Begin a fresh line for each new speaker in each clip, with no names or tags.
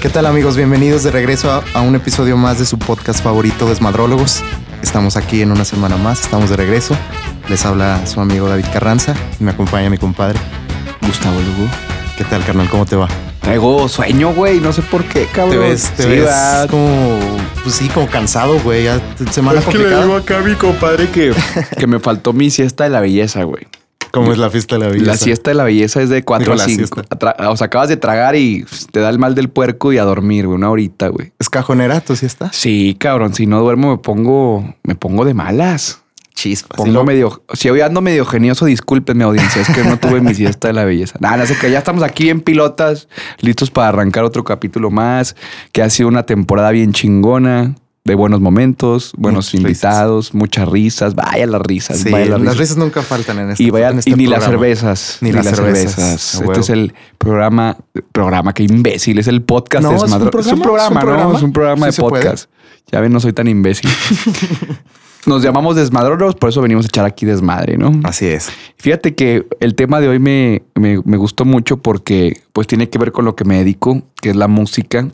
¿Qué tal amigos? Bienvenidos de regreso a, a un episodio más de su podcast favorito, Desmadrólogos. Estamos aquí en una semana más, estamos de regreso. Les habla su amigo David Carranza y me acompaña mi compadre, Gustavo Lugo. ¿Qué tal, carnal? ¿Cómo te va?
Traigo sueño, güey. No sé por qué, cabrón.
Te ves, te
Sí,
ves
va.
como, pues sí, como cansado, güey. Ya t- semana
Es que le
complicada.
digo acá a mi compadre que
Que me faltó mi siesta de la belleza, güey.
¿Cómo es la fiesta de la vida?
La siesta de la belleza es de 4
Digo,
a
la
5. O sea, acabas de tragar y pff, te da el mal del puerco y a dormir, güey. Una horita, güey.
¿Es cajonera tu siesta?
Sí, cabrón. Si no duermo, me pongo, me pongo de malas.
Chispas.
Pongo medio. Si hoy ando medio genioso, discúlpenme, audiencia. Es que no tuve mi siesta de la belleza. Nada, no sé que ya estamos aquí bien pilotas, listos para arrancar otro capítulo más, que ha sido una temporada bien chingona, de buenos momentos, buenos
Muchas
invitados, muchas risas. Vaya las risas,
Sí,
vaya las
las
risas.
risas nunca faltan en este
Y vayan,
en este
y ni las
programa.
cervezas.
Ni las cervezas, a
Este
huevo.
es el programa, programa, qué imbécil, es el podcast
No,
de
es un
Desmadro-
programa,
programa,
es un
¿no?
programa.
Es un programa
Sí
de
se puede.
podcast. Ya ven, no soy tan imbécil. Nos llamamos desmadroros, por eso venimos a echar aquí desmadre, ¿no?
Así es.
Fíjate que el tema de hoy me, me- me gustó mucho porque pues tiene que ver con lo que me dedico, que es la música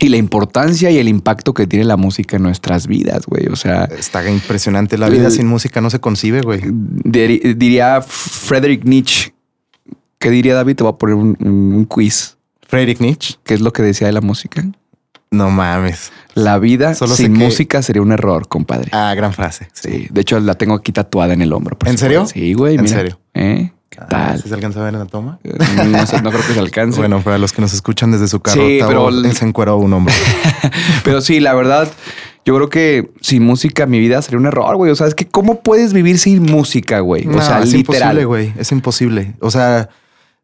y la importancia y el impacto que tiene la música en nuestras vidas, güey. O sea,
Está impresionante. La vida
El-
sin música no se concibe, güey.
Diri- diría Frederick Nietzsche. ¿Qué diría David? Te voy a poner un, un- un quiz.
Friedrich Nietzsche.
¿Qué es lo que decía de la música?
No mames.
La vida
Solo sé
sin
que-
música sería un error, compadre.
Ah, gran frase.
Sí. De hecho, la tengo aquí tatuada en el hombro. por
¿En
si
serio?
puedes. Sí, güey.
¿En
mira.
serio?
¿Eh? ¿Qué
Ah,
tal?
¿sí ¿Se alcanza a ver en la toma?
No, sé, no creo que se alcance.
Bueno, para los que nos escuchan desde su carro,
Sí, pero-
él se encueró un hombre.
Pero sí, la verdad, yo creo que sin música mi vida sería un error, güey. O sea, es que ¿cómo puedes vivir sin música, güey? o
No,
sea,
es imposible,
literal.
güey. Es imposible. O sea,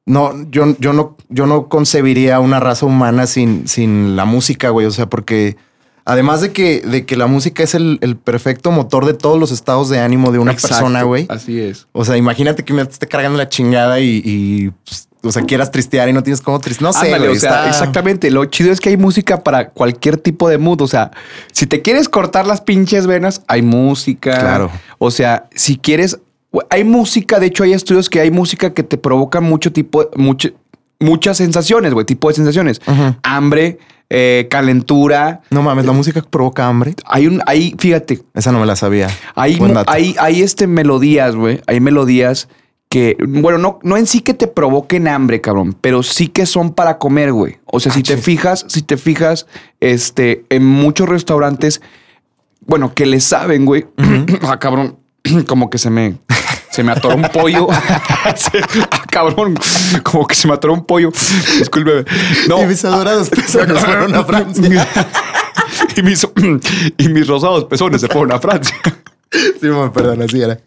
no, yo, yo no, yo no concebiría una raza humana sin, sin la música, güey. O sea, porque además de que, de que la música es el, el perfecto motor de todos los estados de ánimo de una
Exacto,
persona, güey.
Así es.
O sea, imagínate que me esté cargando la chingada y, y, pues, o sea, quieras tristear y no tienes cómo tristear. No sé,
Ándale,
güey,
o sea,
está-
exactamente. Lo chido es que hay música para cualquier tipo de mood. O sea, si te quieres cortar las pinches venas, hay música.
Claro.
O sea, si quieres, güey, hay música. De hecho, hay estudios que hay música que te provoca mucho tipo, mucho- muchas sensaciones, güey, tipo de sensaciones.
Ujú.
Hambre, eh, calentura.
No mames, la música provoca hambre.
Hay un, hay, fíjate,
Esa no me la sabía.
hay,
Buen
mu-
dato.
hay, hay este melodías, güey. Hay melodías que, bueno, no, no en sí que te provoquen hambre, cabrón, pero sí que son para comer, güey. O
Ah,
sea, si te fijas, si te fijas, este, en muchos restaurantes, bueno, que le saben, güey. Ah, cabrón, como que se me, se me atoró un pollo. Se- ah, cabrón, como que se me atoró un pollo. Disculpe. No.
Y mis adorados personas fueron a Francia.
y, mis, y mis rosados pezones se fueron a Francia.
Sí, me perdón, así era.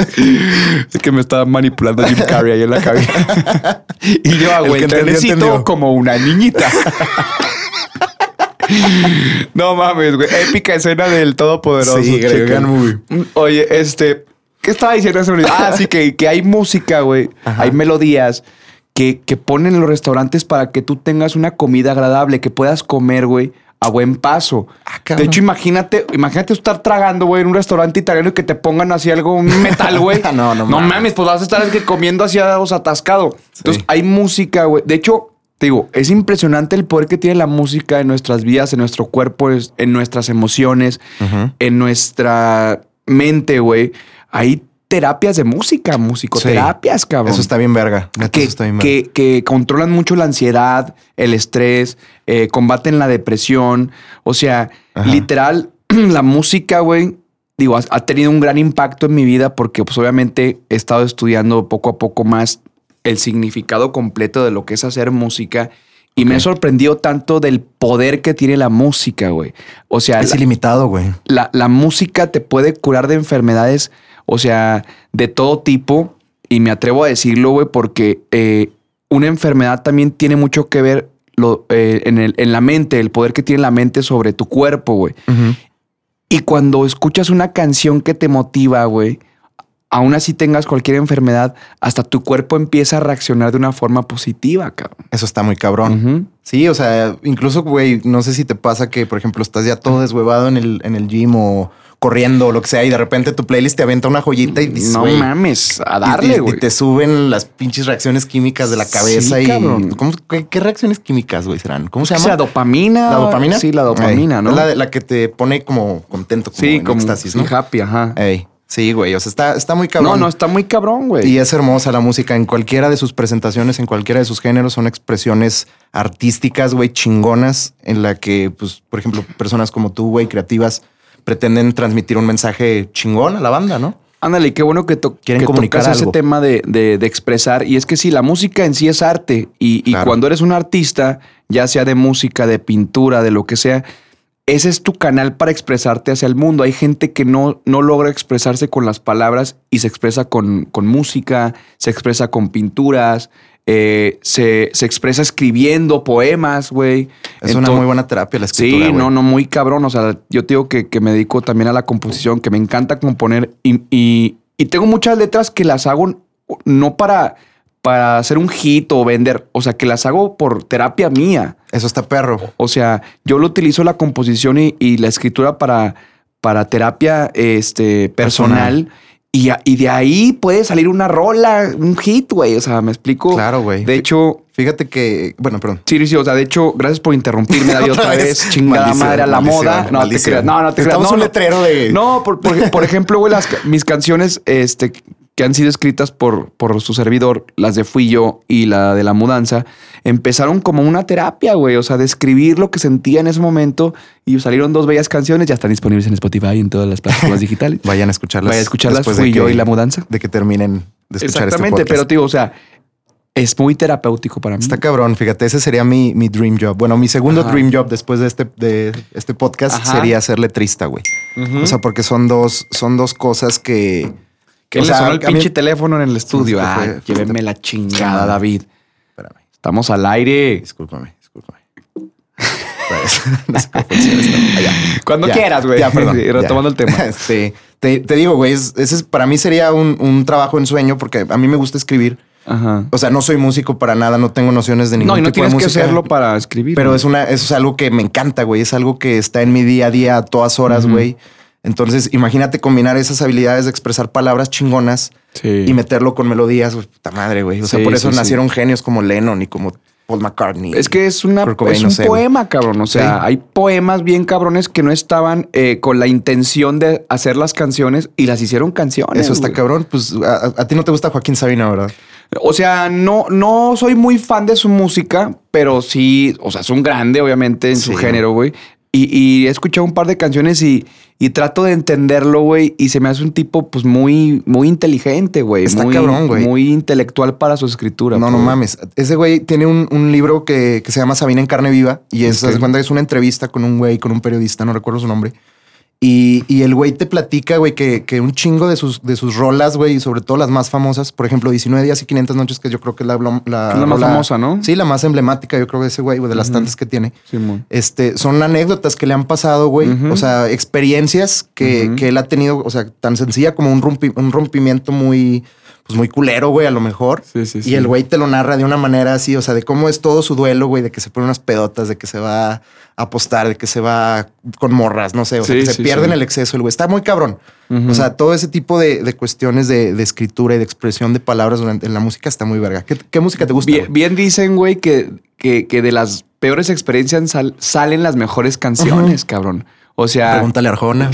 Es que me estaba manipulando Jim Carrey ahí en la cabina. y yo hago
El
el,
que entendió,
trenecito
entendió.
como una niñita. no mames, güey. Épica escena del Todopoderoso.
Sí,
chequen. Mm,
Gregan Movie.
Oye, este... ¿Qué estaba diciendo hace un minuto? Ah, sí, que, que hay música, güey.
Ajá.
Hay melodías que, que ponen en los restaurantes para que tú tengas una comida agradable, que puedas comer, güey, a buen paso.
Ah,
De
cabrón.
hecho, imagínate, imagínate estar tragando, güey, en un restaurante italiano y que te pongan así algo, un metal, güey.
No, no
No
mames.
mames, pues vas a estar es que comiendo así a los atascado. Entonces, hay música, güey. De hecho, te digo, es impresionante el poder que tiene la música en nuestras vidas, en nuestro cuerpo, es- en nuestras emociones,
Ujú.
en nuestra mente, güey. Hay terapias de música, musicoterapias, cabrón.
Eso está bien verga. Neta,
que,
eso está bien verga.
que, que controlan mucho la ansiedad, el estrés, eh, combaten la depresión. O sea,
Ajá.
literal, la música, güey, digo, ha, ha tenido un gran impacto en mi vida porque pues, obviamente he estado estudiando poco a poco más el significado completo de lo que es hacer música. Y me he sorprendido tanto del poder que tiene la música, güey. O sea,
Es
la-
ilimitado, güey.
la, la música te puede curar de enfermedades, o sea, de todo tipo. Y me atrevo a decirlo, güey, porque eh, una enfermedad también tiene mucho que ver lo- eh, en, el- en la mente, el poder que tiene la mente sobre tu cuerpo, güey. Y cuando escuchas una canción que te motiva, güey, aún así tengas cualquier enfermedad, hasta tu cuerpo empieza a reaccionar de una forma positiva, cabrón.
Eso está muy cabrón.
Ujú.
Sí, o sea, incluso, güey, no sé si te pasa que, por ejemplo, estás ya todo deshuevado en el, en el gym o corriendo o lo que sea, y de repente tu playlist te avienta una joyita y dices,
no
"Güey".
mames, a
Y- y-
darle, güey.
Y te suben las pinches reacciones químicas de la
Sí,
cabeza y.
cabrón.
¿Cómo- qué, qué reacciones químicas, güey, serán? ¿Cómo se
O
llama?
sea, dopamina.
¿La dopamina?
Sí, la dopamina,
Ey,
¿no?
es La, de- la que te pone como contento, como
sí,
en
como
éxtasis, ¿no?
sí, happy, ajá.
Ey, sí, güey. O sea, está, está muy cabrón.
no, no, está muy cabrón, güey.
Y es hermosa la música en cualquiera de sus presentaciones, en cualquiera de sus géneros, son expresiones artísticas, güey, chingonas, en la que, pues, por ejemplo, personas como tú, güey, creativas, pretenden transmitir un mensaje chingón a la banda, ¿no?
Ándale, qué bueno que, to
Quieren
que
comunicar
tocas ese
algo.
tema de, de- de expresar. Y es que sí, la música en sí es arte. Y, y
Claro.
cuando eres un artista, ya sea de música, de pintura, de lo que sea, ese es tu canal para expresarte hacia el mundo. Hay gente que no, no logra expresarse con las palabras y se expresa con, con música, se expresa con pinturas, eh, se, se expresa escribiendo poemas, güey.
Es una
Entonces-
muy buena terapia la
Sí,
escritura. güey.
no, no, muy cabrón. O sea, yo te digo que, que me dedico también a la composición, que me encanta componer y, y- y tengo muchas letras que las hago no para, para hacer un hit o vender, o sea, que las hago por terapia mía.
Eso está perro.
O sea, yo lo utilizo la composición y, y la escritura para, para terapia este, personal. Y, a- y de ahí puede salir una rola, un hit, güey. O sea, me explico.
Claro, güey.
De hecho,
Fíjate que, bueno, perdón.
Sí, sí, o sea, de hecho, gracias por interrumpirme, David, otra,
Otra
vez.
vez.
Chingada
Maldición,
madre a la
maldición,
moda. No, te
maldición.
creas. No, no te creas.
Necesitamos
No,
un
no.
letrero de-
No, por, por- por ejemplo, güey, las, mis canciones este, que han sido escritas por, por su servidor, las de Fui Yo y la de La Mudanza, empezaron como una terapia, güey. O sea, describir lo que sentía en ese momento y salieron dos bellas canciones. Ya están disponibles en Spotify y en todas las plataformas digitales.
Vayan a escucharlas.
Vaya a escucharlas,
después
Fui
de
Yo
que-
y La Mudanza.
De que terminen de escuchar
Exactamente,
este podcast.
pero te digo, o sea, es muy terapéutico para mí.
Está cabrón, fíjate, ese sería mi, mi dream job. Bueno, mi segundo
Ajá.
dream job después de este, de este podcast
Ajá.
sería ser letrista, güey.
Ujú.
O sea, porque son dos, son dos cosas que.
Que
o
le
sea,
sonó el
a mí-
pinche teléfono en el estudio.
Sí,
Ah,
fue- fue-
llévenme la chingada,
chingada.
David.
Espérame,
Estamos al aire.
discúlpame, discúlpame. Otra vez. no sé cómo funciona esto. Ah, ya.
Cuando
Ya,
quieras, güey.
Ya, perdón.
Y
ya.
Retomando el tema.
Este, te, te digo, güey, es- ese es- para mí sería un, un trabajo en sueño porque a mí me gusta escribir.
Ajá.
O sea, no soy músico para nada, no tengo nociones de ningún
No, y no
tipo de
tienes que
música.
hacerlo pues. para escribir.
Pero
¿no?
es una, eso es algo que me encanta, güey. Es algo que está en mi día a día a todas horas,
Ujú.
güey. Entonces, imagínate combinar esas habilidades de expresar palabras chingonas
Sí.
y meterlo con melodías, güey, puta madre, güey. O sea,
Sí,
por eso
sí, sí.
nacieron genios como Lennon y como Paul McCartney.
Es que es, una,
Kurt Cobain,
es
no
un
sé, güey.
poema, cabrón. O sea,
Sí.
hay poemas bien cabrones que no estaban eh, con la intención de hacer las canciones y las hicieron canciones.
Eso está
güey.
cabrón. Pues a, a- a ti no te gusta Joaquín Sabina, ¿verdad?
O sea, no, no soy muy fan de su música, pero sí, o sea, es un grande, obviamente, en su
Sí.
género, güey. Y, y he escuchado un par de canciones y, y trato de entenderlo, güey. Y se me hace un tipo, pues, muy, muy inteligente, güey.
Está
muy,
cabrón, güey.
Muy intelectual para su escritura. pues.
No, no
güey.
mames. Ese güey tiene un, un libro que, que se llama Sabina en carne viva y es,
Ok.
haz de cuenta que es una entrevista con un güey, con un periodista, no recuerdo su nombre. Y, y el güey te platica, güey, que, que un chingo de sus, de sus rolas, güey, y sobre todo las más famosas, por ejemplo, 19 días y 500 noches, que yo creo que es la, blom- la,
Es la más
rola-
famosa, ¿no?
Sí, la más emblemática, yo creo, de ese güey, güey, de las
Ujú.
tantas que tiene.
Simón.
Este, son anécdotas que le han pasado, güey.
Ujú.
O sea, experiencias que,
Ujú.
que él ha tenido, o sea, tan sencilla como un, rompi- un rompimiento muy, pues muy culero, güey, a lo mejor.
Sí, sí, sí.
Y el güey te lo narra de una manera así, o sea, de cómo es todo su duelo, güey, de que se pone unas pedotas, de que se va a apostar, de que se va con morras, no sé, o sea,
Sí,
que se
sí,
pierde
sí.
en el exceso, el güey. Está muy cabrón.
Ujú.
O sea, todo ese tipo de, de cuestiones de, de escritura y de expresión de palabras durante, en la música está muy verga. ¿Qué, qué música te gusta?
Bien,
güey?
bien dicen, güey, que, que, que de las peores experiencias sal- salen las mejores canciones, cabrón. O sea,
Pregúntale a Arjona.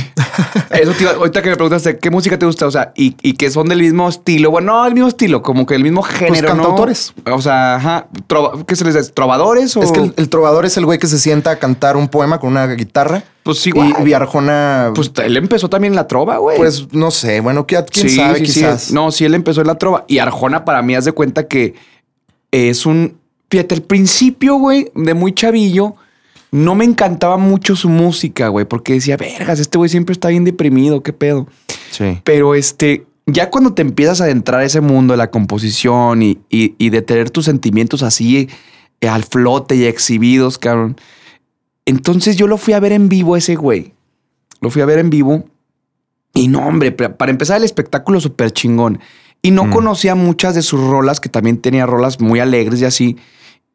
Eso te iba- ahorita que me preguntaste qué música te gusta, o sea, y, y que son del mismo estilo, bueno, no el mismo estilo, como que el mismo género. ¿no?
Pues, cantautores.
O sea, ajá, trova- ¿qué se les dice? ¿Trovadores o...?
Es que el, el trovador es el güey que se sienta a cantar un poema con una guitarra.
Pues
Y,
igual.
y Arjona,
pues
pues,
él empezó también la trova, güey.
no sé. Bueno, qui- Pues, quién
Sí,
sabe,
sí, sí.
quizás.
No, sí, él empezó en la trova. Y Arjona para mí haz de cuenta que es un... Fíjate, al principio, güey, de muy chavillo, no me encantaba mucho su música, güey, porque decía, vergas, este güey siempre está bien deprimido, qué pedo.
Sí.
Pero este, ya cuando te empiezas a adentrar a ese mundo de la composición y, y- y de tener tus sentimientos así eh, al flote y exhibidos, cabrón. Entonces yo lo fui a ver en vivo a ese güey. Lo fui a ver en vivo. Y no, hombre, pa- para empezar el espectáculo súper chingón. Y no
Mm.
conocía muchas de sus rolas, que también tenía rolas muy alegres y así.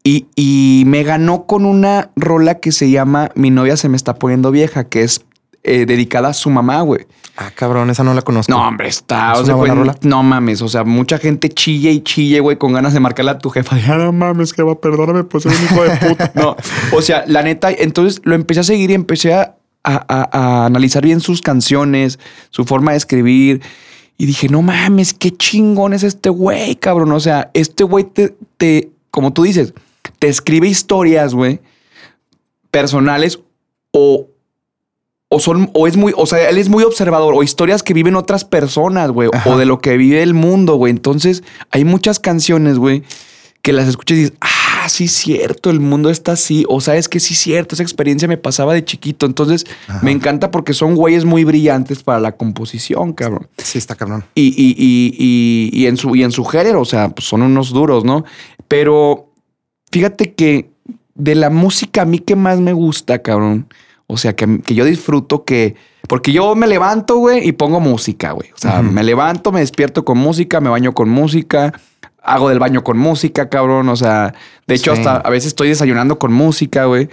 Y, y me ganó con una rola que se llama Mi novia se me está poniendo vieja, que es eh, dedicada a su mamá, güey.
Ah, cabrón, esa no la conozco.
No, hombre, está.
¿Es
o
una
sea,
buena
güey,
rola?
no mames. O sea, mucha gente chille y chille, güey, con ganas de marcarle a tu jefa. de, "Ah, no mames, jefa, perdóname por ser un hijo de puta. no. O sea, la neta, entonces lo empecé a seguir y empecé a, a- a- a analizar bien sus canciones, su forma de escribir. Y dije, no mames, qué chingón es este güey, cabrón. O sea, este güey te, te, como tú dices, te escribe historias, güey, personales o, o son, o es muy, o sea, él es muy observador, o historias que viven otras personas, güey,
Ajá.
o de lo que vive el mundo, güey. Entonces, hay muchas canciones, güey, que las escuchas y dices, ah, sí, es cierto, el mundo está así, o sabes que sí, es cierto, esa experiencia me pasaba de chiquito. Entonces,
Ajá.
me encanta porque son güeyes muy brillantes para la composición, cabrón
Sí, está cabrón.
y, y- y- y- y en su, y en su género, o sea, pues son unos duros, ¿no? Pero fíjate que de la música a mí que más me gusta, cabrón. O sea, que, que yo disfruto que... Porque yo me levanto, güey, y pongo música, güey. O sea,
Ujú.
me levanto, me despierto con música, me baño con música, hago del baño con música, cabrón. O sea, de hecho,
Sí.
hasta a veces estoy desayunando con música, güey.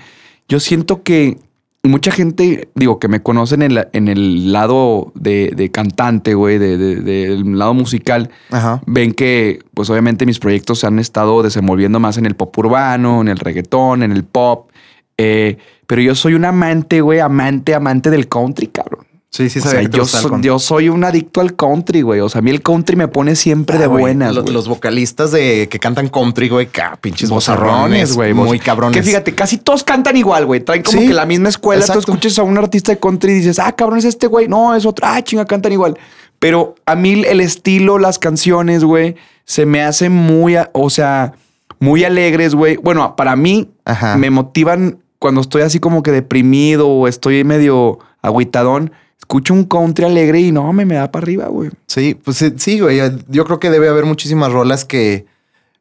Yo siento que mucha gente, digo, que me conocen en, la- en el lado de, de cantante, güey, de- de- del lado musical,
Ajá.
ven que, pues obviamente mis proyectos se han estado desenvolviendo más en el pop urbano, en el reggaetón, en el pop. Eh, pero yo soy un amante, güey, amante, amante del country, cabrón.
Sí, sí,
o sea,
sabía que te
yo,
gustaba el
so-
country.
yo soy un adicto al country, güey. O sea, a mí el country me pone siempre de
Ah, güey,
buenas.
lo-
güey.
Los vocalistas de que cantan country, güey, ca, pinches
Bozarrones,
bozarrones,
güey. voz-
Muy cabrones.
Que fíjate, casi todos cantan igual, güey. Traen como
Sí,
que la misma escuela.
exacto.
Tú escuchas a un artista de country y dices, ah, cabrón, es este güey. No, es otro. Ah, chinga, cantan igual. Pero a mí el estilo, las canciones, güey, se me hacen muy, a- o sea, muy alegres, güey. Bueno, para mí
Ajá.
me motivan cuando estoy así como que deprimido o estoy medio agüitadón. Escucho un country alegre y no, me, me da para arriba, güey.
Sí, pues sí, sí, güey. Yo creo que debe haber muchísimas rolas que,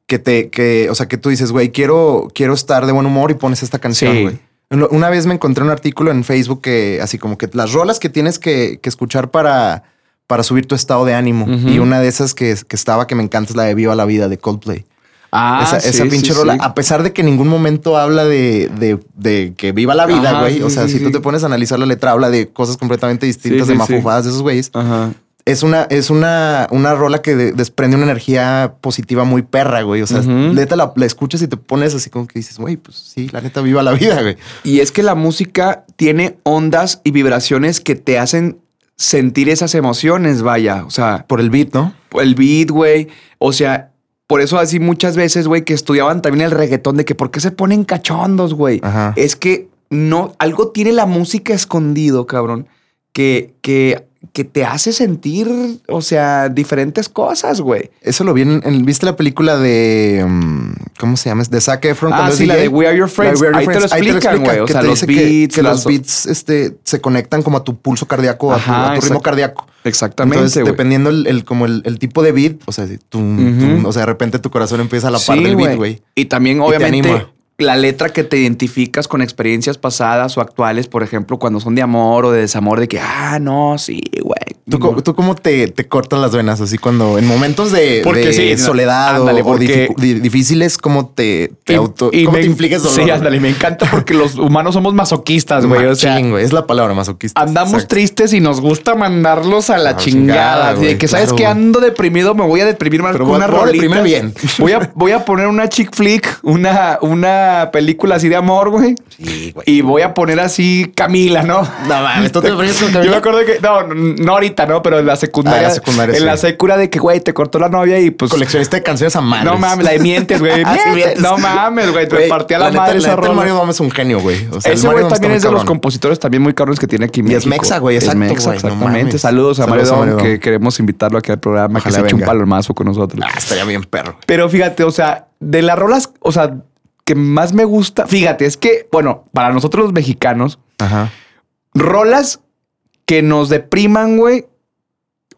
que te, que, o sea, que tú dices, güey, quiero, quiero estar de buen humor y pones esta canción,
Sí.
güey. Lo- Una vez me encontré un artículo en Facebook que, así como que las rolas que tienes que, que escuchar para, para subir tu estado de ánimo.
Ujú.
Y una de esas que, que estaba que me encanta es la de Viva la Vida de Coldplay.
Ah,
esa, esa pinche rola, a pesar de que en ningún momento habla de, de- de que viva la vida,
Ajá,
güey. o
sí,
sea,
sí,
si tú
sí.
te pones a analizar la letra, habla de cosas completamente distintas,
Sí,
de
sí, sí.
mafufadas de esos güeyes
Ajá.
es una, es una, una rola que de- desprende una energía positiva muy perra, güey. O sea,
Ujú.
neta la, la escuchas y te pones así como que dices, güey, pues sí, la neta viva la vida, güey.
Y es que la música tiene ondas y vibraciones que te hacen sentir esas emociones, vaya. O sea,
Por el beat, ¿no?
el beat, güey. O sea, por eso así muchas veces, güey, que estudiaban también el reggaetón de que por qué se ponen cachondos, güey.
Ajá.
Es que no, algo tiene la música escondido, cabrón, que, que, que te hace sentir, o sea, diferentes cosas, güey.
Eso lo vi en, en- ¿viste la película de, mm, ¿cómo se llama? De Zac Efron.
Ah,
cuando es
sí, la
DJ.
de We Are
La
Your
de
Friends.
We Are Your
ahí,
Friends.
Te lo explican, güey. O
que
sea,
te
los
dice
beats,
que- que, los
las-
beats este, se conectan como a tu pulso cardíaco, a tu-
Ajá,
a tu, ritmo
exacto.
cardíaco.
Exactamente,
Entonces,
güey.
dependiendo el, el- como el, el tipo de beat, o sea, si tum,
Ujú.
tum, o sea, de repente tu corazón empieza a la par
Sí,
del beat, güey.
Y también,
te
obviamente,
anima.
la letra que te identificas con experiencias pasadas o actuales, por ejemplo, cuando son de amor o de desamor, de que, ah, no, sí, güey.
¿Tú, co- tú cómo te, te cortas las venas así cuando en momentos de,
Porque
de
sí,
soledad o-
ándale,
o,
porque-
dificu- di- difíciles? ¿Cómo te, te auto, cómo te infliges dolor?
Sí, ándale, me encanta porque los humanos somos masoquistas, güey. O sea,
Machín, güey, es la palabra masoquista.
andamos
Exacto.
tristes y nos gusta mandarlos a la
Ah, chingada,
chingada. Así de
güey,
que sabes
claro,
que
güey.
ando deprimido, me voy a deprimir más
Pero
con
voy a-
una
voy a
rolita.
deprimir bien.
Voy a, voy a poner una chick flick, una, una película así de amor, güey.
Sí, güey.
Y voy a poner así Camila, ¿no?
No mames, ¿tú te pones con Camila?
Este, Yo me acuerdo que, no, no ahorita, ¿no? Pero en la secundaria.
Ah, en la secundaria,
En
sí.
la secura de que, güey, te cortó la novia y pues.
Coleccionista de canciones a mano.
No mames, la de mientes, güey.
Ah, sí,
Mientes.
mientes.
No mames, güey. Te
Güey,
partí a la,
neta,
madre esa
neta, el
rola.
Mario Gómez es un genio, güey. O sea, el
Ese
Mario
güey
Gómez está
también
muy
es de los
cabrón.
compositores también muy cabrones que tiene aquí en
Y es
México.
mexa, güey, exacto,
mexa,
güey, no
exactamente.
mames.
Saludos a Mario
Saludos a
Dom,
Mario
que
Dom.
queremos invitarlo aquí al programa, que
Ojalá
se eche un
venga.
palomazo con nosotros.
Ah, estaría bien perro.
Pero fíjate, o sea, de las rolas, o sea, que más me gusta, fíjate, es que, bueno, para nosotros los mexicanos,
Ajá.
rolas que nos depriman, güey,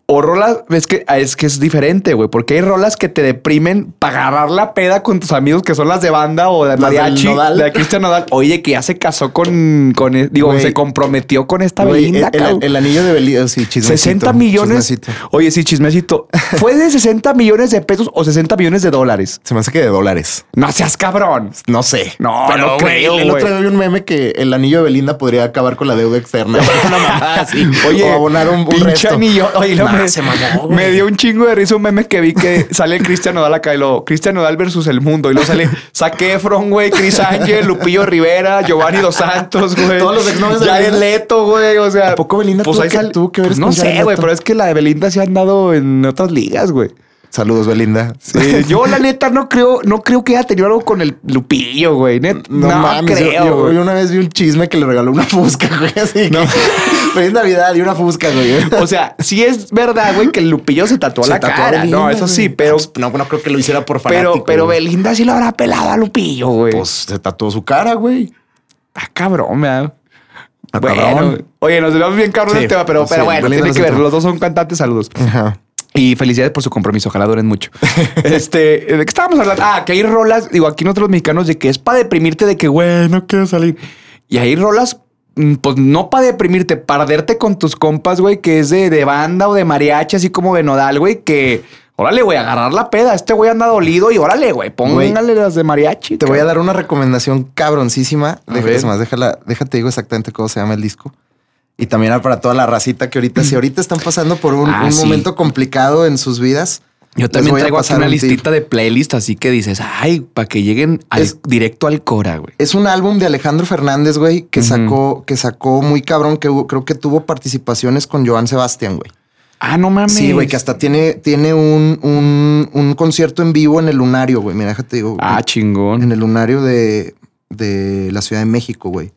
O rolas, es que ah, es que es diferente, güey, porque hay rolas que te deprimen para agarrar la peda con tus amigos que son las de banda o de
Las del
mariachi,
Nodal.
de Cristian Nodal. Oye, que ya se casó con, con digo,
Güey.
se comprometió con esta
Güey,
belinda,
el,
cabrón.
el- el anillo de Belinda, sí, chismecito.
60 millones.
chismecito.
Oye, sí, chismecito. ¿Fue de 60 millones de pesos o 60 millones de dólares?
Se me hace que de dólares.
No seas cabrón.
No sé.
No, no
güey,
creo,
El
güey.
otro día vi un meme que el anillo de Belinda podría acabar con la deuda externa. Una mamada así.
Oye,
o abonar un, un
pinche
resto.
anillo. Oye, no,
Nah,
me,
se mamó, güey.
me dio un chingo de risa un meme que vi que sale el Cristian Nodal acá y lo Cristian Nodal versus el mundo. Y luego sale Saque From, güey, Chris Ángel, Lupillo Rivera, Giovanni Dos Santos, güey.
Todos los exnovios de
Jared
Belinda.
Leto, güey. O sea,
¿A poco Belinda tuvo que-
sal-
tuvo que ver
pues
con
No
Jared
sé, güey,
Leto?
pero es que la de Belinda se ha andado en otras ligas, güey.
Saludos, Belinda.
Sí, yo la neta no creo, no creo que haya tenido algo con el Lupillo, güey. Net-
No,
no,
mames, yo-
creo.
yo,
güey.
una vez vi un chisme que le regaló una fusca, güey, así que feliz Navidad y una fusca, güey.
O sea, sí es verdad, güey, que el Lupillo se tatuó
Se
la
tatuó a
cara.
Belinda,
no, eso sí,
güey.
pero,
Pues, no, no creo que lo hiciera por fanático.
pero, pero
güey.
Belinda sí lo habrá pelado a Lupillo, güey.
Pues se tatuó su cara, güey.
ah, cabrón, me
Ah,
Bueno,
cabrón.
oye, nos llevamos bien cabrón
Sí,
el tema, pero,
sí,
pero bueno,
Belinda
tiene
lo
que ver.
aceptó.
Los dos son cantantes, saludos.
Ajá.
Y felicidades por su compromiso, ojalá duren mucho. este, ¿de qué estábamos hablando? Ah, que hay rolas, digo, aquí nosotros los mexicanos, de que es para deprimirte, de que, güey, no quiero salir. Y hay rolas, mm, pues no para deprimirte, perderte con tus compas, güey, que es de, de banda o de mariachi, así como de nodal, güey, que, órale, güey, agarrar la peda, este güey anda dolido y órale, güey, póngale las de mariachi.
Te voy a dar una recomendación cabroncísima.
A
Déjate,
ver.
es más, déjala, déjate digo exactamente cómo se llama el disco. Y también era para toda la racita que ahorita, si ahorita están pasando por un,
Mm. Ah,
un
sí.
momento complicado en sus vidas.
Yo
les
también
voy a
traigo aquí
pasar
una
un tip.
listita de playlist, así que dices, ay, para que lleguen al-
Es-
directo al Cora, güey.
Es un álbum de Alejandro Fernández, güey, que
Ujú.
sacó, que sacó muy cabrón, que hubo- creo que tuvo participaciones con Joan Sebastián, güey.
Ah, no mames.
Sí, güey, que hasta tiene, tiene un, un, un concierto en vivo en el Lunario, güey. Mira, déjate digo.
Ah, chingón.
en el Lunario de, de la Ciudad de México, güey.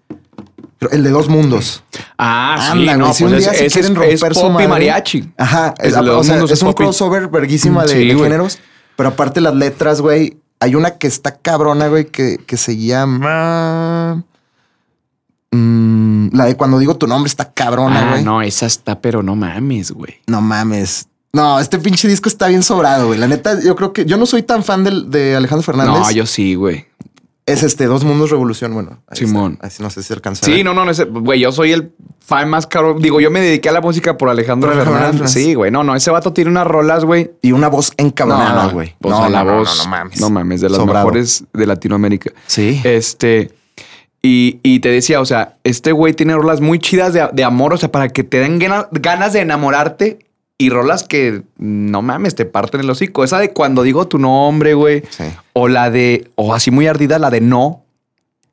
Pero El de dos mundos.
Ah,
Anda,
sí, no,
güey, si
pues
un
es,
día se
es-
quieren
es-
romper
es
su
pop
madre.
y mariachi.
Ajá.
Es
Es,
de
o
dos
sea,
mundos,
es
es
un
pop y-
crossover verguísima de,
Sí,
de
güey.
géneros. Pero aparte las letras, güey. Hay una que está cabrona, güey, que, que se llama... Mm, la de cuando digo tu nombre está cabrona,
ah,
güey. no.
no, esa está, pero no mames, güey.
mames. No, este pinche disco está bien sobrado, güey. La neta, yo creo que... Yo no soy tan fan del- de Alejandro Fernández.
No, yo sí, güey.
Es este, Dos Mundos Revolución, bueno. ahí está.
Simón.
Así no sé si alcanza.
Sí, no, no, no, ese- güey, yo soy el fan más caro. Digo, yo me dediqué a la música por Alejandro
Por Alejandro
Fernández.
Fernández.
Sí, güey, no, no, ese vato tiene unas rolas, güey.
Y una voz encabronada,
no,
güey.
O sea, la voz.
No, mames.
No mames, de las
Sobrado.
mejores de Latinoamérica.
Sí.
Este. Y, y te decía, o sea, este güey tiene rolas muy chidas de, de amor, o sea, para que te den gana- ganas de enamorarte y rolas que no mames, te parten el hocico. Esa de cuando digo tu nombre, güey.
Sí.
O la de, o así muy ardida, la de no.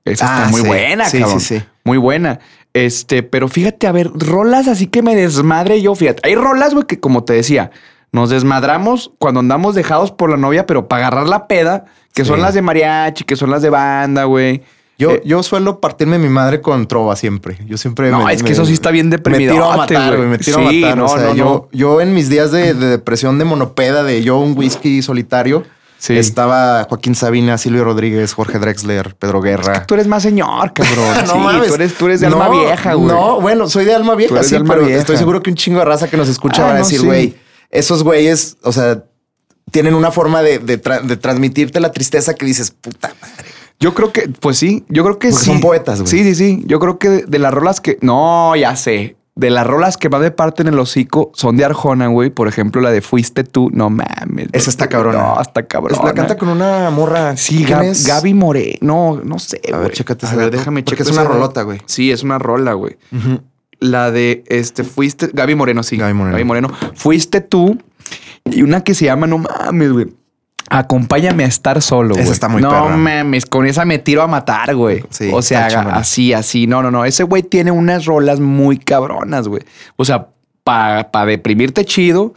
Esa
Ah,
está muy
sí.
buena,
Sí,
cabrón.
sí, sí.
Muy buena. Este, pero fíjate, a ver, rolas así que me desmadre yo, fíjate. Hay rolas, güey, que como te decía, nos desmadramos cuando andamos dejados por la novia, pero para agarrar la peda, que
Sí.
son las de mariachi, que son las de banda, güey.
Yo,
Eh,
yo suelo partirme mi madre con trova siempre. Yo siempre.
No, es que eso sí está bien deprimido,
Me tiro a
ate,
matar, güey.
güey.
Me tiro
Sí,
a matar. o
no,
sea,
no,
yo,
no.
yo en mis días de, de depresión de monopeda, de yo un whisky solitario,
Sí.
estaba Joaquín Sabina, Silvio Rodríguez, Jorge Drexler, Pedro Guerra.
tú eres más señor, cabrón.
No
Sí,
mames.
Tú eres, tú eres de
No,
alma vieja, güey.
No, bueno, soy de alma vieja,
Tú eres
sí,
de alma
pero
vieja.
estoy seguro que un chingo de raza que nos escucha
Ah,
va a
no,
decir,
sí.
güey, esos güeyes, o sea, tienen una forma de, de tra- de transmitirte la tristeza que dices, puta madre.
Yo creo que, pues sí, yo creo que
Porque
sí.
son poetas, güey.
Sí, sí, sí. Yo creo que de, de las rolas que. No, ya sé. De las rolas que más me parten el hocico son de Arjona, güey. Por ejemplo, la de Fuiste tú. No mames.
Esa está cabrona.
No, está cabrón.
Pues la canta con una morra.
Sí,
¿Quién
Gab-
es?
Gaby More. No, no sé,
A
güey.
ver, chécate
A
ese
ver,
dato,
déjame
porque
checo
es una
ese dato.
rolota, güey.
Sí, es una rola, güey. La de este, fuiste. Gaby Moreno, sí.
Gaby Moreno.
Fuiste tú. Y una que se llama, no mames, güey. Acompáñame a estar solo,
Esa
güey.
está muy
No
perra.
mames, con esa me tiro a matar, güey.
Sí,
o sea,
está chingona.
así, así. No, no, no. Ese güey tiene unas rolas muy cabronas, güey. O sea, para deprimirte chido.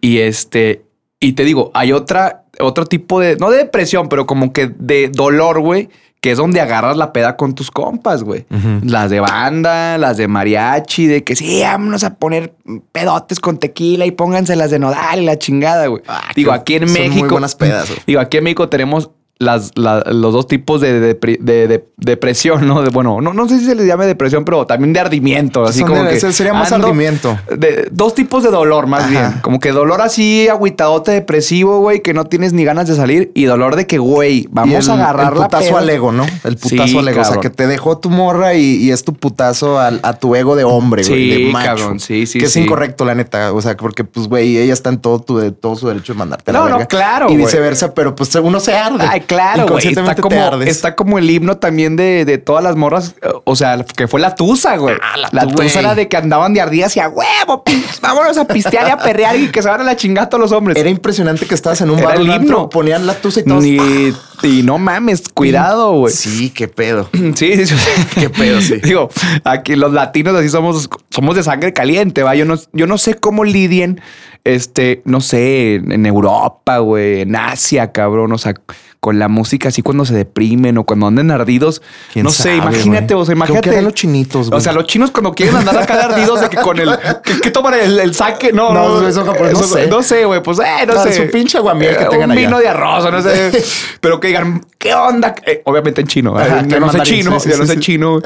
Y este, y te digo, hay otra, otro tipo de, no de depresión, pero como que de dolor, güey, que es donde agarras la peda con tus compas, güey.
Ujú.
Las de banda, las de mariachi, de que sí, vámonos a poner pedotes con tequila y pónganse las de nodal y la chingada, güey.
Ah,
digo,
que
aquí en
son
México.
Muy buenas pedas. güey.
Digo, aquí en México tenemos las, la- los dos tipos de, depre- de- de- depresión, ¿no? De- bueno, no, no sé si se les llame depresión, pero también de ardimiento. Así
Son
como
de-
que
se- sería más
ando-
ardimiento.
de- dos tipos de dolor, más
Ajá.
bien. Como que dolor así, agüitadote, depresivo, güey, que no tienes ni ganas de salir. Y dolor de que, güey,
Y
vamos
el-
a agarrar
el putazo
la peda.
al ego, ¿no? El putazo
Sí,
al ego. O sea,
cabrón.
que te dejó tu morra y, y es tu putazo al- a tu ego de hombre, güey.
Sí,
de macho.
cabrón, sí, sí,
Que es
sí.
incorrecto, la neta. O sea, porque, pues, güey, ella está en todo, tu, de todo su derecho de mandarte a la
No, no,
verga.
claro,
Y
güey.
viceversa, pero pues uno se arde.
Ay, claro, güey. Está
Inconscientemente
como,
te ardes.
está como el himno también de, de todas las morras. eh, O sea, que fue la tusa, güey.
Ah, la
la
tu-
tusa
güey.
era de que andaban de ardidas y a huevo, pis, vámonos a pistear y a perrear y que se van a la chingada todos los hombres.
Era impresionante que estabas en un
Era
bar,
el
un antro,
himno.
ponían la tusa y todos...
Ni- y no mames, cuidado, güey.
Sí, qué pedo.
Sí, sí, sí.
Qué pedo, sí.
Digo, aquí los latinos así somos, somos de sangre caliente, va. Yo no, yo no sé cómo lidien, este, no sé, en, en Europa, güey, en Asia, cabrón, o sea, con la música así cuando se deprimen o cuando andan ardidos.
¿Quién
No
sabe,
sé, imagínate,
güey?
o sea,
Creo que
imagínate.
eran los chinitos, güey.
O sea, los chinos cuando quieren andar acá de ardidos de que con el. ¿Qué, qué toman el, el saque? No,
No, eso japonés, no
eso-
sé.
No sé, güey, pues, eh, no
Ah,
sé.
su pinche guamiel que
Eh,
tengan
Un
allá.
vino de arroz, o no sé. pero que digan, ¿qué onda? Eh, obviamente en chino. ¿verdad?
Ajá, que
yo no sé
mandarín,
chino,
sí, sí,
yo no
sí,
sé
sí.
chino.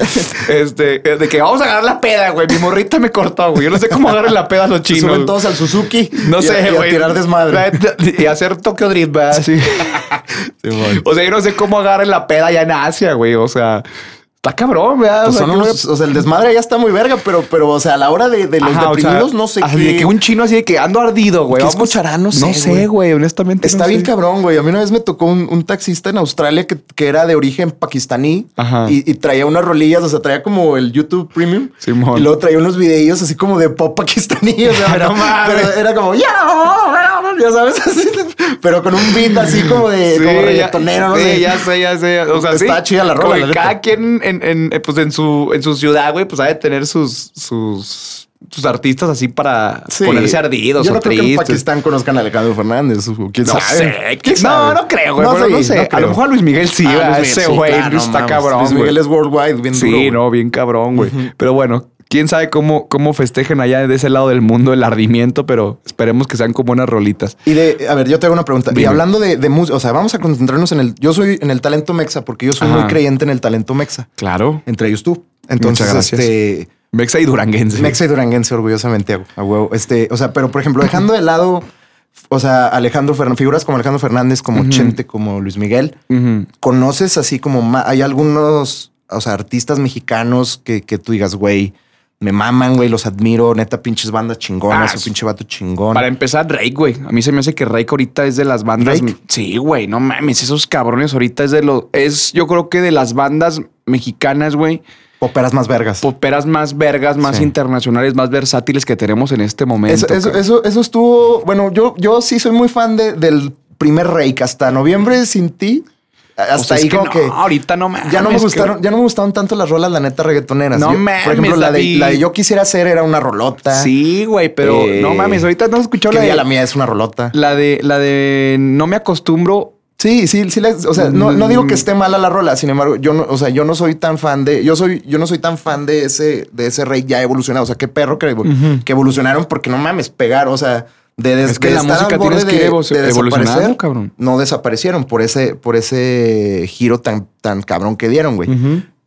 Este, eh, de que vamos a agarrar la peda, güey. Mi morrita me cortó, güey. Yo no sé cómo agarrar la peda a los
Se
chinos.
Suben todos al Suzuki. y
no
a- y
sé,
a
güey.
tirar desmadre.
Y hacer Tokyo Drift, ¿verdad? Así.
Simón.
O sea, yo no sé cómo agarren la peda allá en Asia, güey. O sea, está cabrón, ¿verdad?
Pues
o sea,
son
que uno-
unos- o sea, el desmadre ya está muy verga, pero, pero o sea, a la hora de, de los
Ajá, o sea,
deprimidos, no sé
así
qué.
de que un chino así de que ando ardido, güey.
¿Qué
vamos-
escuchará? No sé,
No
güey.
sé, güey. Honestamente.
Está
no
bien
sé.
cabrón, güey. A mí una vez me tocó un, un taxista en Australia que, que era de origen pakistaní
Ajá.
y, y traía unas rolillas, o sea, traía como el YouTube Premium
Simón.
y luego traía unos videillos así como de pop pakistaní, o sea,
No
pero,
mames.
pero era como ya, ya sabes, así, pero con un beat así como de
Sí,
eh, como
ya-
reggaetonero, no
sí,
sé.
ya sé, ya sé. O sea,
Está
sí,
chida la rola,
como que
la neta.
cada quien en, en, eh, pues en, su, en su ciudad, güey, pues ha de tener sus, sus, sus artistas así para
Sí.
ponerse ardidos
Yo
o
no creo que en
tristes.
Pakistán conozcan a Alejandro Fernández. o ¿Quién
No
sabe?
sé,
¿Quién
no,
sabe?
no creo, güey. pero
sé,
No sé,
no
a
creo.
lo mejor Luis Miguel sí,
Ah,
¿verdad?
Luis Miguel,
ese
sí,
güey
claro, no
está
mames.
cabrón.
Luis
güey.
Miguel es worldwide, bien
Sí,
duro, güey.
no, bien cabrón, güey. Pero bueno, quién sabe cómo, cómo festejen allá de ese lado del mundo el ardimiento, pero esperemos que sean como unas rolitas.
Y de, a ver, yo te hago una pregunta. Y
Dime.
hablando de, de música, o sea, vamos a concentrarnos en el. Yo soy en el talento mexa, porque yo soy muy
Ajá.
creyente en el talento mexa.
Claro.
Entre ellos tú. Entonces,
Muchas gracias.
este.
Mexa y Duranguense.
Mexa y Duranguense, orgullosamente, hago, a huevo. Este, o sea, pero por ejemplo, dejando de lado, o sea, Alejandro Fernández, figuras como Alejandro Fernández, como Chente, como Luis Miguel,
Ujú.
¿conoces así como ma- hay algunos, o sea, artistas mexicanos que, que tú digas, güey, me maman, güey, los admiro, neta, pinches bandas chingonas,
Ah,
o pinche vato chingón.
Para empezar, Drake, güey. A mí se me hace que Drake ahorita es de las bandas.
¿Drake?
Sí, güey. No mames, esos cabrones ahorita es de los. Es, yo creo que de las bandas mexicanas, güey,
Óperas más vergas.
poperas más vergas, más
Sí.
internacionales, más versátiles que tenemos en este momento.
Eso, eso,
cabrón.
eso, eso estuvo. Bueno, yo, yo sí soy muy fan de, del primer Rake. Hasta noviembre sin ti. Hasta
O sea, Pues es
ahí
que
como
no,
que.
ahorita no mames.
Ya no, me
que-
gustaron, ya no me gustaron tanto las rolas, la neta, reggaetoneras.
No
Yo-
mames,
Por ejemplo, la de,
David.
la de Yo Quisiera Ser era una rolota.
Sí, güey, pero
Eh,
no mames, ahorita no has escuchado
Que
la
Día
de,
la mía es una rolota.
la de la de no me acostumbro.
Sí, sí, sí. la- o sea, no, no
Mm.
digo que esté mala la rola. Sin embargo, yo no, o sea, yo no soy tan fan de, yo soy, yo no soy tan fan de ese, de ese rey ya evolucionado. O sea, qué perro que, que evolucionaron porque no mames, pegar. O sea, de, des-
Es que
de
la
estar al
música
borde
tienes que ir evo- evolucionando,
desaparecer,
cabrón.
No desaparecieron por ese, por ese giro tan, tan cabrón que dieron, güey.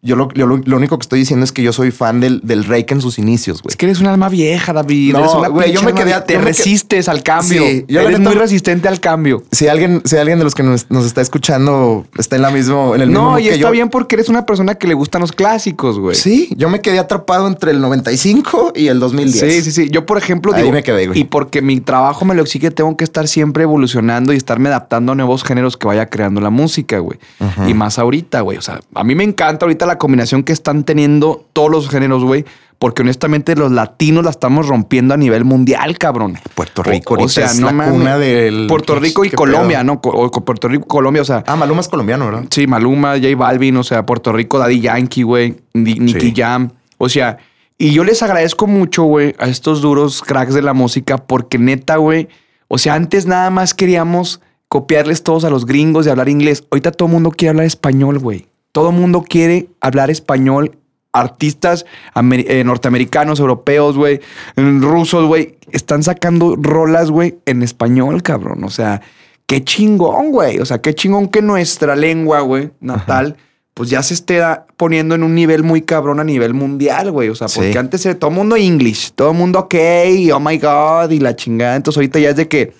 Yo, lo, yo lo, lo único que estoy diciendo es que yo soy fan del, del rey que en sus inicios, güey.
Es que eres un alma vieja, David.
No,
eres una
güey, yo
pinche
me
alma
quedé-
vieja. te
yo me qued-
resistes al cambio.
Sí, yo la
eres
neta-
muy resistente al cambio.
Si alguien, si alguien de los que nos, nos está escuchando está en la mismo, en el mismo
No,
mood
y
que
está
yo,
bien porque eres una persona que le gustan los clásicos, güey.
Sí, yo me quedé atrapado entre el 95 y el 2010.
Sí, sí, sí. Yo, por ejemplo,
Ahí
digo,
me quedé, güey.
y porque mi trabajo me lo exige, tengo que estar siempre evolucionando y estarme adaptando a nuevos géneros que vaya creando la música, güey. Y más ahorita, güey. O sea, a mí me encanta ahorita la combinación que están teniendo todos los géneros, güey, porque honestamente los latinos la estamos rompiendo a nivel mundial, cabrón.
Puerto Rico ahorita es la
mames.
cuna del-
Puerto Rico y
¿Qué
Colombia,
pedo?
¿no? Co- o co- Puerto Rico, Colombia, o sea,
Ah, Maluma es colombiano, ¿verdad?
Sí, Maluma, J Balvin, o sea, Puerto Rico, Daddy Yankee, güey, Ni- Nicky
Sí.
Jam. O sea, y yo les agradezco mucho, güey, a estos duros cracks de la música, porque neta, güey, o sea, antes nada más queríamos copiarles todos a los gringos y hablar inglés. Ahorita todo el mundo quiere hablar español, güey. Todo el mundo quiere hablar español. Artistas amer- eh, norteamericanos, europeos, güey, mm, rusos, güey, están sacando rolas, güey, en español, cabrón. O sea, qué chingón, güey. O sea, qué chingón que nuestra lengua, güey, natal, pues ya se esté da- poniendo en un nivel muy cabrón a nivel mundial, güey. O sea,
Sí.
porque antes era todo mundo English, todo mundo ok, y oh my God, y la chingada. Entonces ahorita ya es de que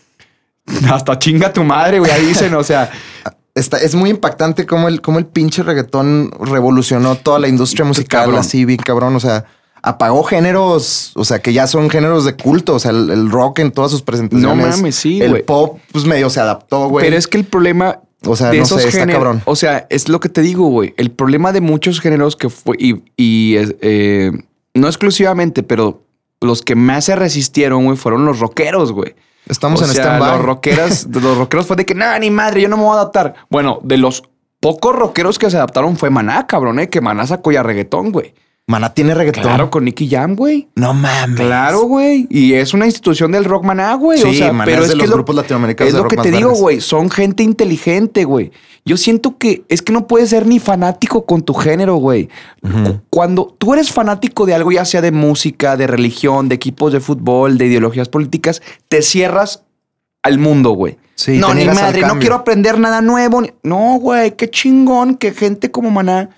hasta chinga tu madre, güey. Ahí dicen, o sea,
Está- es muy impactante cómo el, cómo el pinche reggaetón revolucionó toda la industria musical,
Cabrón.
así bien cabrón. O sea, apagó géneros, o sea, que ya son géneros de culto. O sea, el, el rock en todas sus presentaciones.
No mames, sí,
El
güey.
pop, pues medio se adaptó, güey.
Pero es que el problema
O sea,
de
no
esos
sé, está
géneros,
cabrón.
o sea, es lo que te digo, güey. El problema de muchos géneros que fue y, y, es- eh, no exclusivamente, pero los que más se resistieron, güey, fueron los rockeros, güey.
Estamos
O
en
sea,
stand-by.
Los rockeros, de los rockeros fue de que nada, ni madre, yo no me voy a adaptar. Bueno, de los pocos rockeros que se adaptaron fue Maná, cabrón, eh, que Maná sacó ya reggaetón, güey.
Maná tiene reggaetón.
Claro, con Nicky Jam, güey.
No mames.
Claro, güey. Y es una institución del rock maná, güey. o
Sí,
sea,
Maná
pero
es
es
de
que
los
lo-
grupos latinoamericanos
Es
de
lo
rock
que
más
te digo,
vergas.
güey. Son gente inteligente, güey. Yo siento que es que no puedes ser ni fanático con tu género, güey. Cu- Cuando tú eres fanático de algo, ya sea de música, de religión, de equipos de fútbol, de ideologías políticas, te cierras al mundo, güey.
Sí, te
no, ni
niegas al
madre, no
cambio.
quiero aprender nada nuevo. ni- No, güey, qué chingón que gente como Maná,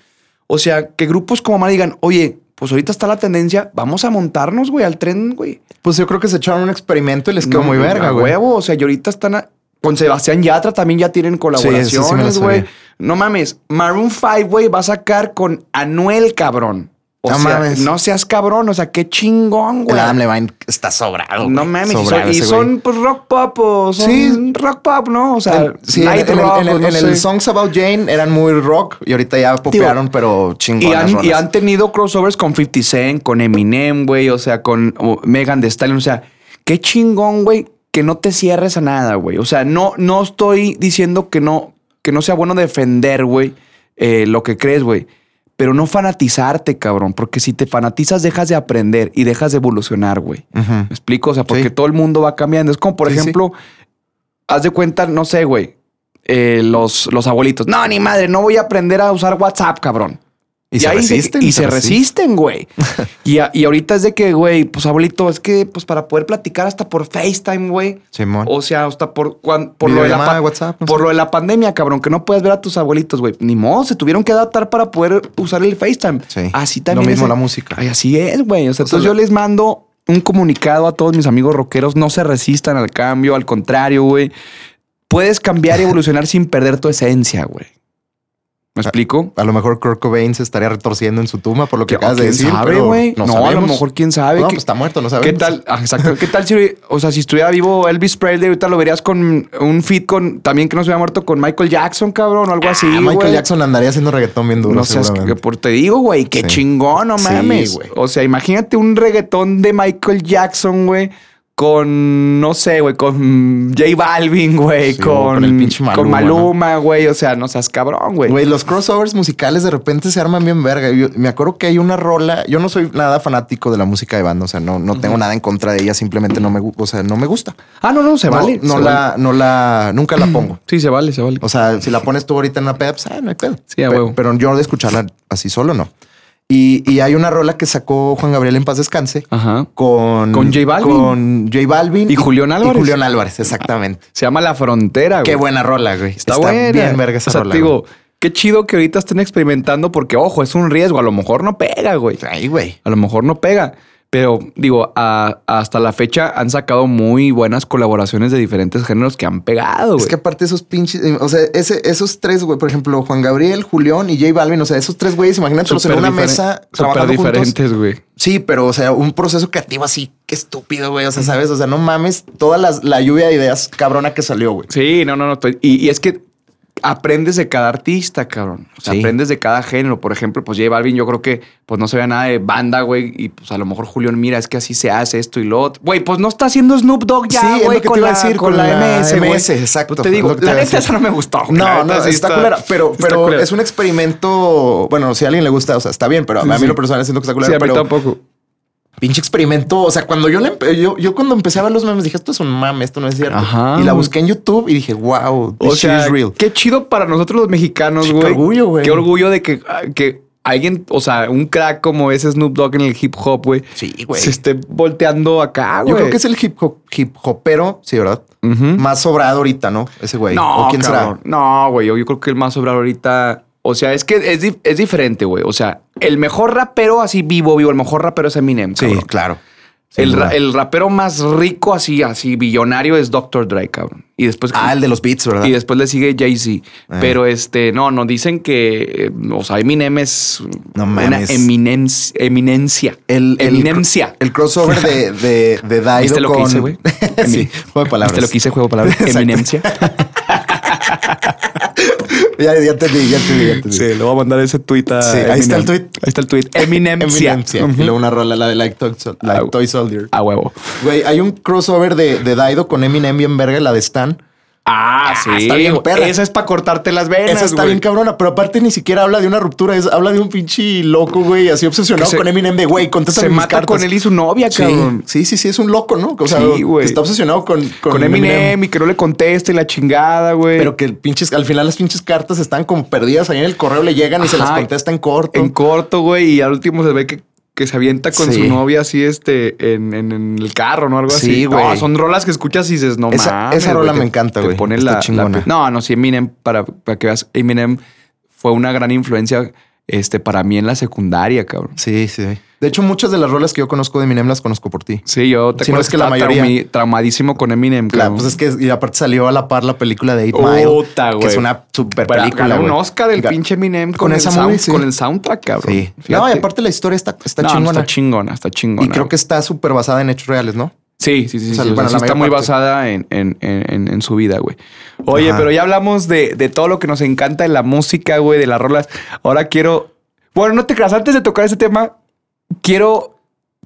o sea, que grupos como Maná digan, oye, pues ahorita está la tendencia, vamos a montarnos, güey, al tren, güey.
Pues yo creo que se echaron un experimento y les quedó
No,
muy verga,
a
güey.
huevo, o sea, y ahorita están a- con Sebastián Yatra también ya tienen
eso sí me la
colaboraciones,
sabía.
güey. no mames, Maroon 5, güey, va a sacar con Anuel, cabrón. O
No
sea,
mames.
no seas cabrón, o sea, qué chingón, güey.
El Adam Levine está sobrado. güey.
No mames, y
Sobrado
son, y
ese güey.
son, pues, rock pop, o son
Sí.
rock pop, ¿no? O sea,
En- sí, en,
light
en el-
rock,
en
o
el,
no
en el
sé.
Songs About Jane eran muy rock y ahorita ya popearon, pero
Y
chingonas
han, y
rolas.
han tenido crossovers con 50 Cent, con Eminem, güey, o sea, con o, Megan Thee Stallion. O sea, qué chingón, güey, que no te cierres a nada, güey. O sea, no, no estoy diciendo que no, que no sea bueno defender, güey, eh, lo que crees, güey. Pero no fanatizarte, cabrón, porque si te fanatizas dejas de aprender y dejas de evolucionar, güey.
Ujú.
¿Me explico? O sea, porque
Sí.
todo el mundo va cambiando. Es como, por
Sí, sí.
ejemplo, haz de cuenta, no sé, güey, eh, los, los abuelitos. No, ni madre, no voy a aprender a usar WhatsApp, cabrón.
Y se
ahí
resisten,
y
se
se,
resisten.
resisten, güey. y, a- y ahorita es de que, güey, pues abuelito, es que pues para poder platicar hasta por FaceTime, güey.
Simón.
O sea, hasta por, cuan- por, lo, de la
Videollamada,
pa-
WhatsApp, pues, no
por
sé.
lo de la pandemia, cabrón, que no puedes ver a tus abuelitos, güey. Ni modo, se tuvieron que adaptar para poder usar el FaceTime.
Sí.
Así
Lo
también.
mismo
es-
la música.
Ay, así es, güey. O sea,
O sea,
entonces
la-
yo les mando un comunicado a todos mis amigos rockeros. No se resistan al cambio, al contrario, güey. Puedes cambiar y evolucionar sin perder tu esencia, güey.
Ah.
¿Me explico?
A lo mejor Kurt Cobain se estaría retorciendo en su tumba por lo que
¿Qué-
acabas de
quién
decir.
sabe,
pero
güey?
No,
No, a lo
sabemos.
mejor quién sabe.
No,
que-
pues está muerto, no sabemos.
¿Qué tal? Ah, Exacto. ¿Qué tal si, o sea, si estuviera vivo Elvis Presley, ahorita lo verías con un fit con también que no se había muerto con Michael Jackson, cabrón, o algo así.
Ah, Michael
güey.
Jackson andaría haciendo reggaetón bien duro,
No seas que
seguramente.
por te digo, güey, qué
Sí.
chingón, no
Sí,
mames.
güey.
o sea, imagínate un reggaetón de Michael Jackson, güey, con no sé, güey, con J Balvin, güey,
Sí,
con,
con el pinche
con
Maluma, ¿no?
Maluma, güey, o sea, no seas cabrón, güey.
Güey, los crossovers musicales de repente se arman bien verga. Yo- me acuerdo que hay una rola. Yo no soy nada fanático de la música de banda, o sea, no, no tengo nada en contra de ella, simplemente no me, gu- o sea, no me gusta.
Ah, no, no, se
No-
vale.
No
se
la,
vale.
no la, nunca la pongo.
Sí, se vale, se vale.
O sea, si la pones tú ahorita en una peda, pues, ah, no hay pedo.
Sí, a
Pe-
huevo.
Pero yo de escucharla así solo, no. Y, y hay una rola que sacó Juan Gabriel en paz descanse
Ajá.
con...
Ah. Con J Balvin.
Con J Balvin.
Y Julián Álvarez.
Y Julián Álvarez, exactamente.
Se llama La Frontera, Ah, güey.
Qué buena rola, güey.
Está, buena.
bien verga esa
o sea,
rola.
te digo, qué chido que ahorita estén experimentando porque, ojo, es un riesgo. A lo mejor no pega, güey.
güey. Ay, güey.
A lo mejor no pega. Pero digo, a- hasta la fecha han sacado muy buenas colaboraciones de diferentes géneros que han pegado, güey.
Es que aparte esos pinches, eh, o sea, ese- esos tres, güey, por ejemplo, Juan Gabriel, Julián y J Balvin, o sea, esos tres güeyes, imagínate, en
Súper
una
diferen-
mesa
súper
trabajando juntos.
diferentes, güey.
Sí, pero, o sea, un proceso creativo así, qué estúpido, güey. O sea, sabes, o sea, no mames toda la, la lluvia de ideas cabrona que salió, güey.
Sí, no, no, no. estoy- Y, y es que aprendes de cada artista, cabrón. O sea,
Sí.
aprendes de cada género. Por ejemplo, pues J Balvin, yo creo que pues no sabía nada de banda, güey. Y pues a lo mejor Julián, mira, es que así se hace esto y lo otro. Güey, pues no está haciendo Snoop Dogg
Sí,
ya,
es lo
güey,
que te
con,
iba a
la-
decir,
con la MS, güey.
MS, exacto,
Pues
es
te digo,
lo que te
la
iba a
neta
decir.
eso no me gustó. güey. La
No,
neta
no,
sí
está culera. Pero,
está
pero
culera.
es un experimento. Bueno, si a alguien le gusta, o sea, está bien, pero a
Sí,
mí
sí.
lo personal siento que está culera.
Sí, a mí
pero
tampoco.
pinche experimento. O sea, cuando yo, le empe- yo, yo cuando empecé a ver los memes, dije, esto es un mame, esto no es cierto.
Ajá.
Y la busqué en YouTube y dije, wow, this
O
shit
sea,
is real.
qué chido para nosotros los mexicanos,
Sí, qué
güey.
orgullo, güey.
Qué orgullo de que, ah, que alguien, o sea, un crack como ese Snoop Dogg en el hip hop, güey,
Sí,
se esté volteando acá, güey.
Yo creo que es el hip, hop, hip hopero, sí, ¿verdad?
Ujú.
Más sobrado ahorita, ¿no? Ese güey.
No,
¿O quién
cabrón. No, güey. Yo, yo creo que el más sobrado ahorita. O sea, es que es, dif- es diferente, güey. O sea, el mejor rapero así vivo, vivo, el mejor rapero es Eminem.
será? Sí,
cabrón.
claro.
el,
Sin
ra-
duda.
el rapero más rico así, así, billonario es Dr. Dre, cabrón. Y después.
Ah, el de los beats, ¿verdad?
Y después le sigue Jay-Z.
Ah.
Pero este, no, nos dicen que, eh, o sea, Eminem es
No
una
mames.
eminencia. Eminencia.
El, el,
eminencia.
el crossover de, de, de Daido
¿Viste lo que
con...
hice, güey?
sí, juego de palabras.
¿Viste lo que hice? Juego de palabras.
Exacto.
Eminencia.
Ya, ya entendí, ya entendí, ya entendí.
Sí, le voy a mandar ese tweet a.
Sí, ahí está el tweet.
Ahí está el tweet. Eminencia.
Eminencia.
Ujú.
Y luego una rola, la de Like Toy, Sol- Like
Ah,
Toy Soldier.
A huevo.
Güey, hay un crossover de, de Daido con Eminem bien verga, la de Stan.
Ah, sí.
está bien,
güey.
perra.
Esa es para cortarte las venas.
Esa está
güey.
bien cabrona, pero aparte ni siquiera habla de una ruptura, es, habla de un pinche loco, güey, así obsesionado
Que se-
con Eminem de, güey, contéstame
Se
mis
mata
cartas.
con él y su novia, cabrón.
Sí, sí, sí, sí, es un loco, ¿no? O sea,
Sí, güey.
que está obsesionado con, con,
Con, Eminem, y que no le conteste y la chingada, güey.
Pero que el pinches, al final las pinches cartas están como perdidas ahí en el correo, le llegan y se las
Ajá.
contesta en corto.
en corto, güey. Y al último se ve que, que se avienta con
Sí.
su novia así, este, en, en- en el carro, ¿no? Algo
Sí,
así.
güey.
No, son rolas que escuchas y dices, no
Esa-
mames,
esa rola
güey,
me
te-
encanta,
te
güey.
pone
Está
la, la-
chingona.
No, no, sí, Eminem, para, para que veas, Eminem fue una gran influencia este, para mí en la secundaria, cabrón.
Sí, sí. De hecho, muchas de las rolas que yo conozco de Eminem las conozco por ti.
Sí, yo te
Sí, no,
acuerdas
es que la
estaba
mayoría-
traumi- traumadísimo con Eminem,
La-
cabrón.
pues es que, y aparte salió a la par la película de Eight
Puta,
Mile, que
güey.
es una super
Para-
película,
ganó un
güey.
Oscar el
Ga-
pinche Eminem con,
con
el
esa
sound-
movie, sí.
con el soundtrack, cabrón.
Sí. No,
Fíjate.
y aparte la historia está, está
No, no,
chingona.
Está chingona, está chingona.
y creo que está súper basada en hechos reales, ¿no?
Sí, sí, sí.
O sea,
sí, o
bueno,
sea, sí
la
está
mayor
muy
parte.
basada en, en- en- en su vida, güey. Oye,
Ajá.
pero ya hablamos de, de todo lo que nos encanta de la música, güey, de las rolas. Ahora quiero. Bueno, no te creas, antes de tocar ese tema, quiero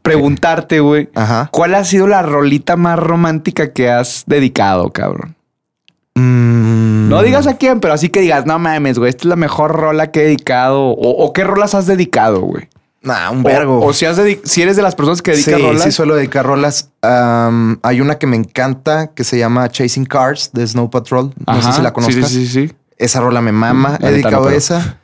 preguntarte, güey,
Ajá.
¿cuál ha sido la rolita más romántica que has dedicado, cabrón?
Mm.
No digas a quién, pero así que digas, no mames, güey, esta es la mejor rola que he dedicado. O, o qué rolas has dedicado, güey.
Nah, un vergo.
O, o si, has dedi- si eres de las personas que dedican
sí,
rolas.
sí suelo dedicar rolas. Am, hay una que me encanta que se llama Chasing Cars de Snow Patrol. No
Ajá.
sé si la
Sí,
conozcas.
sí, sí, sí.
Esa rola me mama.
La
He
neta
dedicado
no, pero-
esa.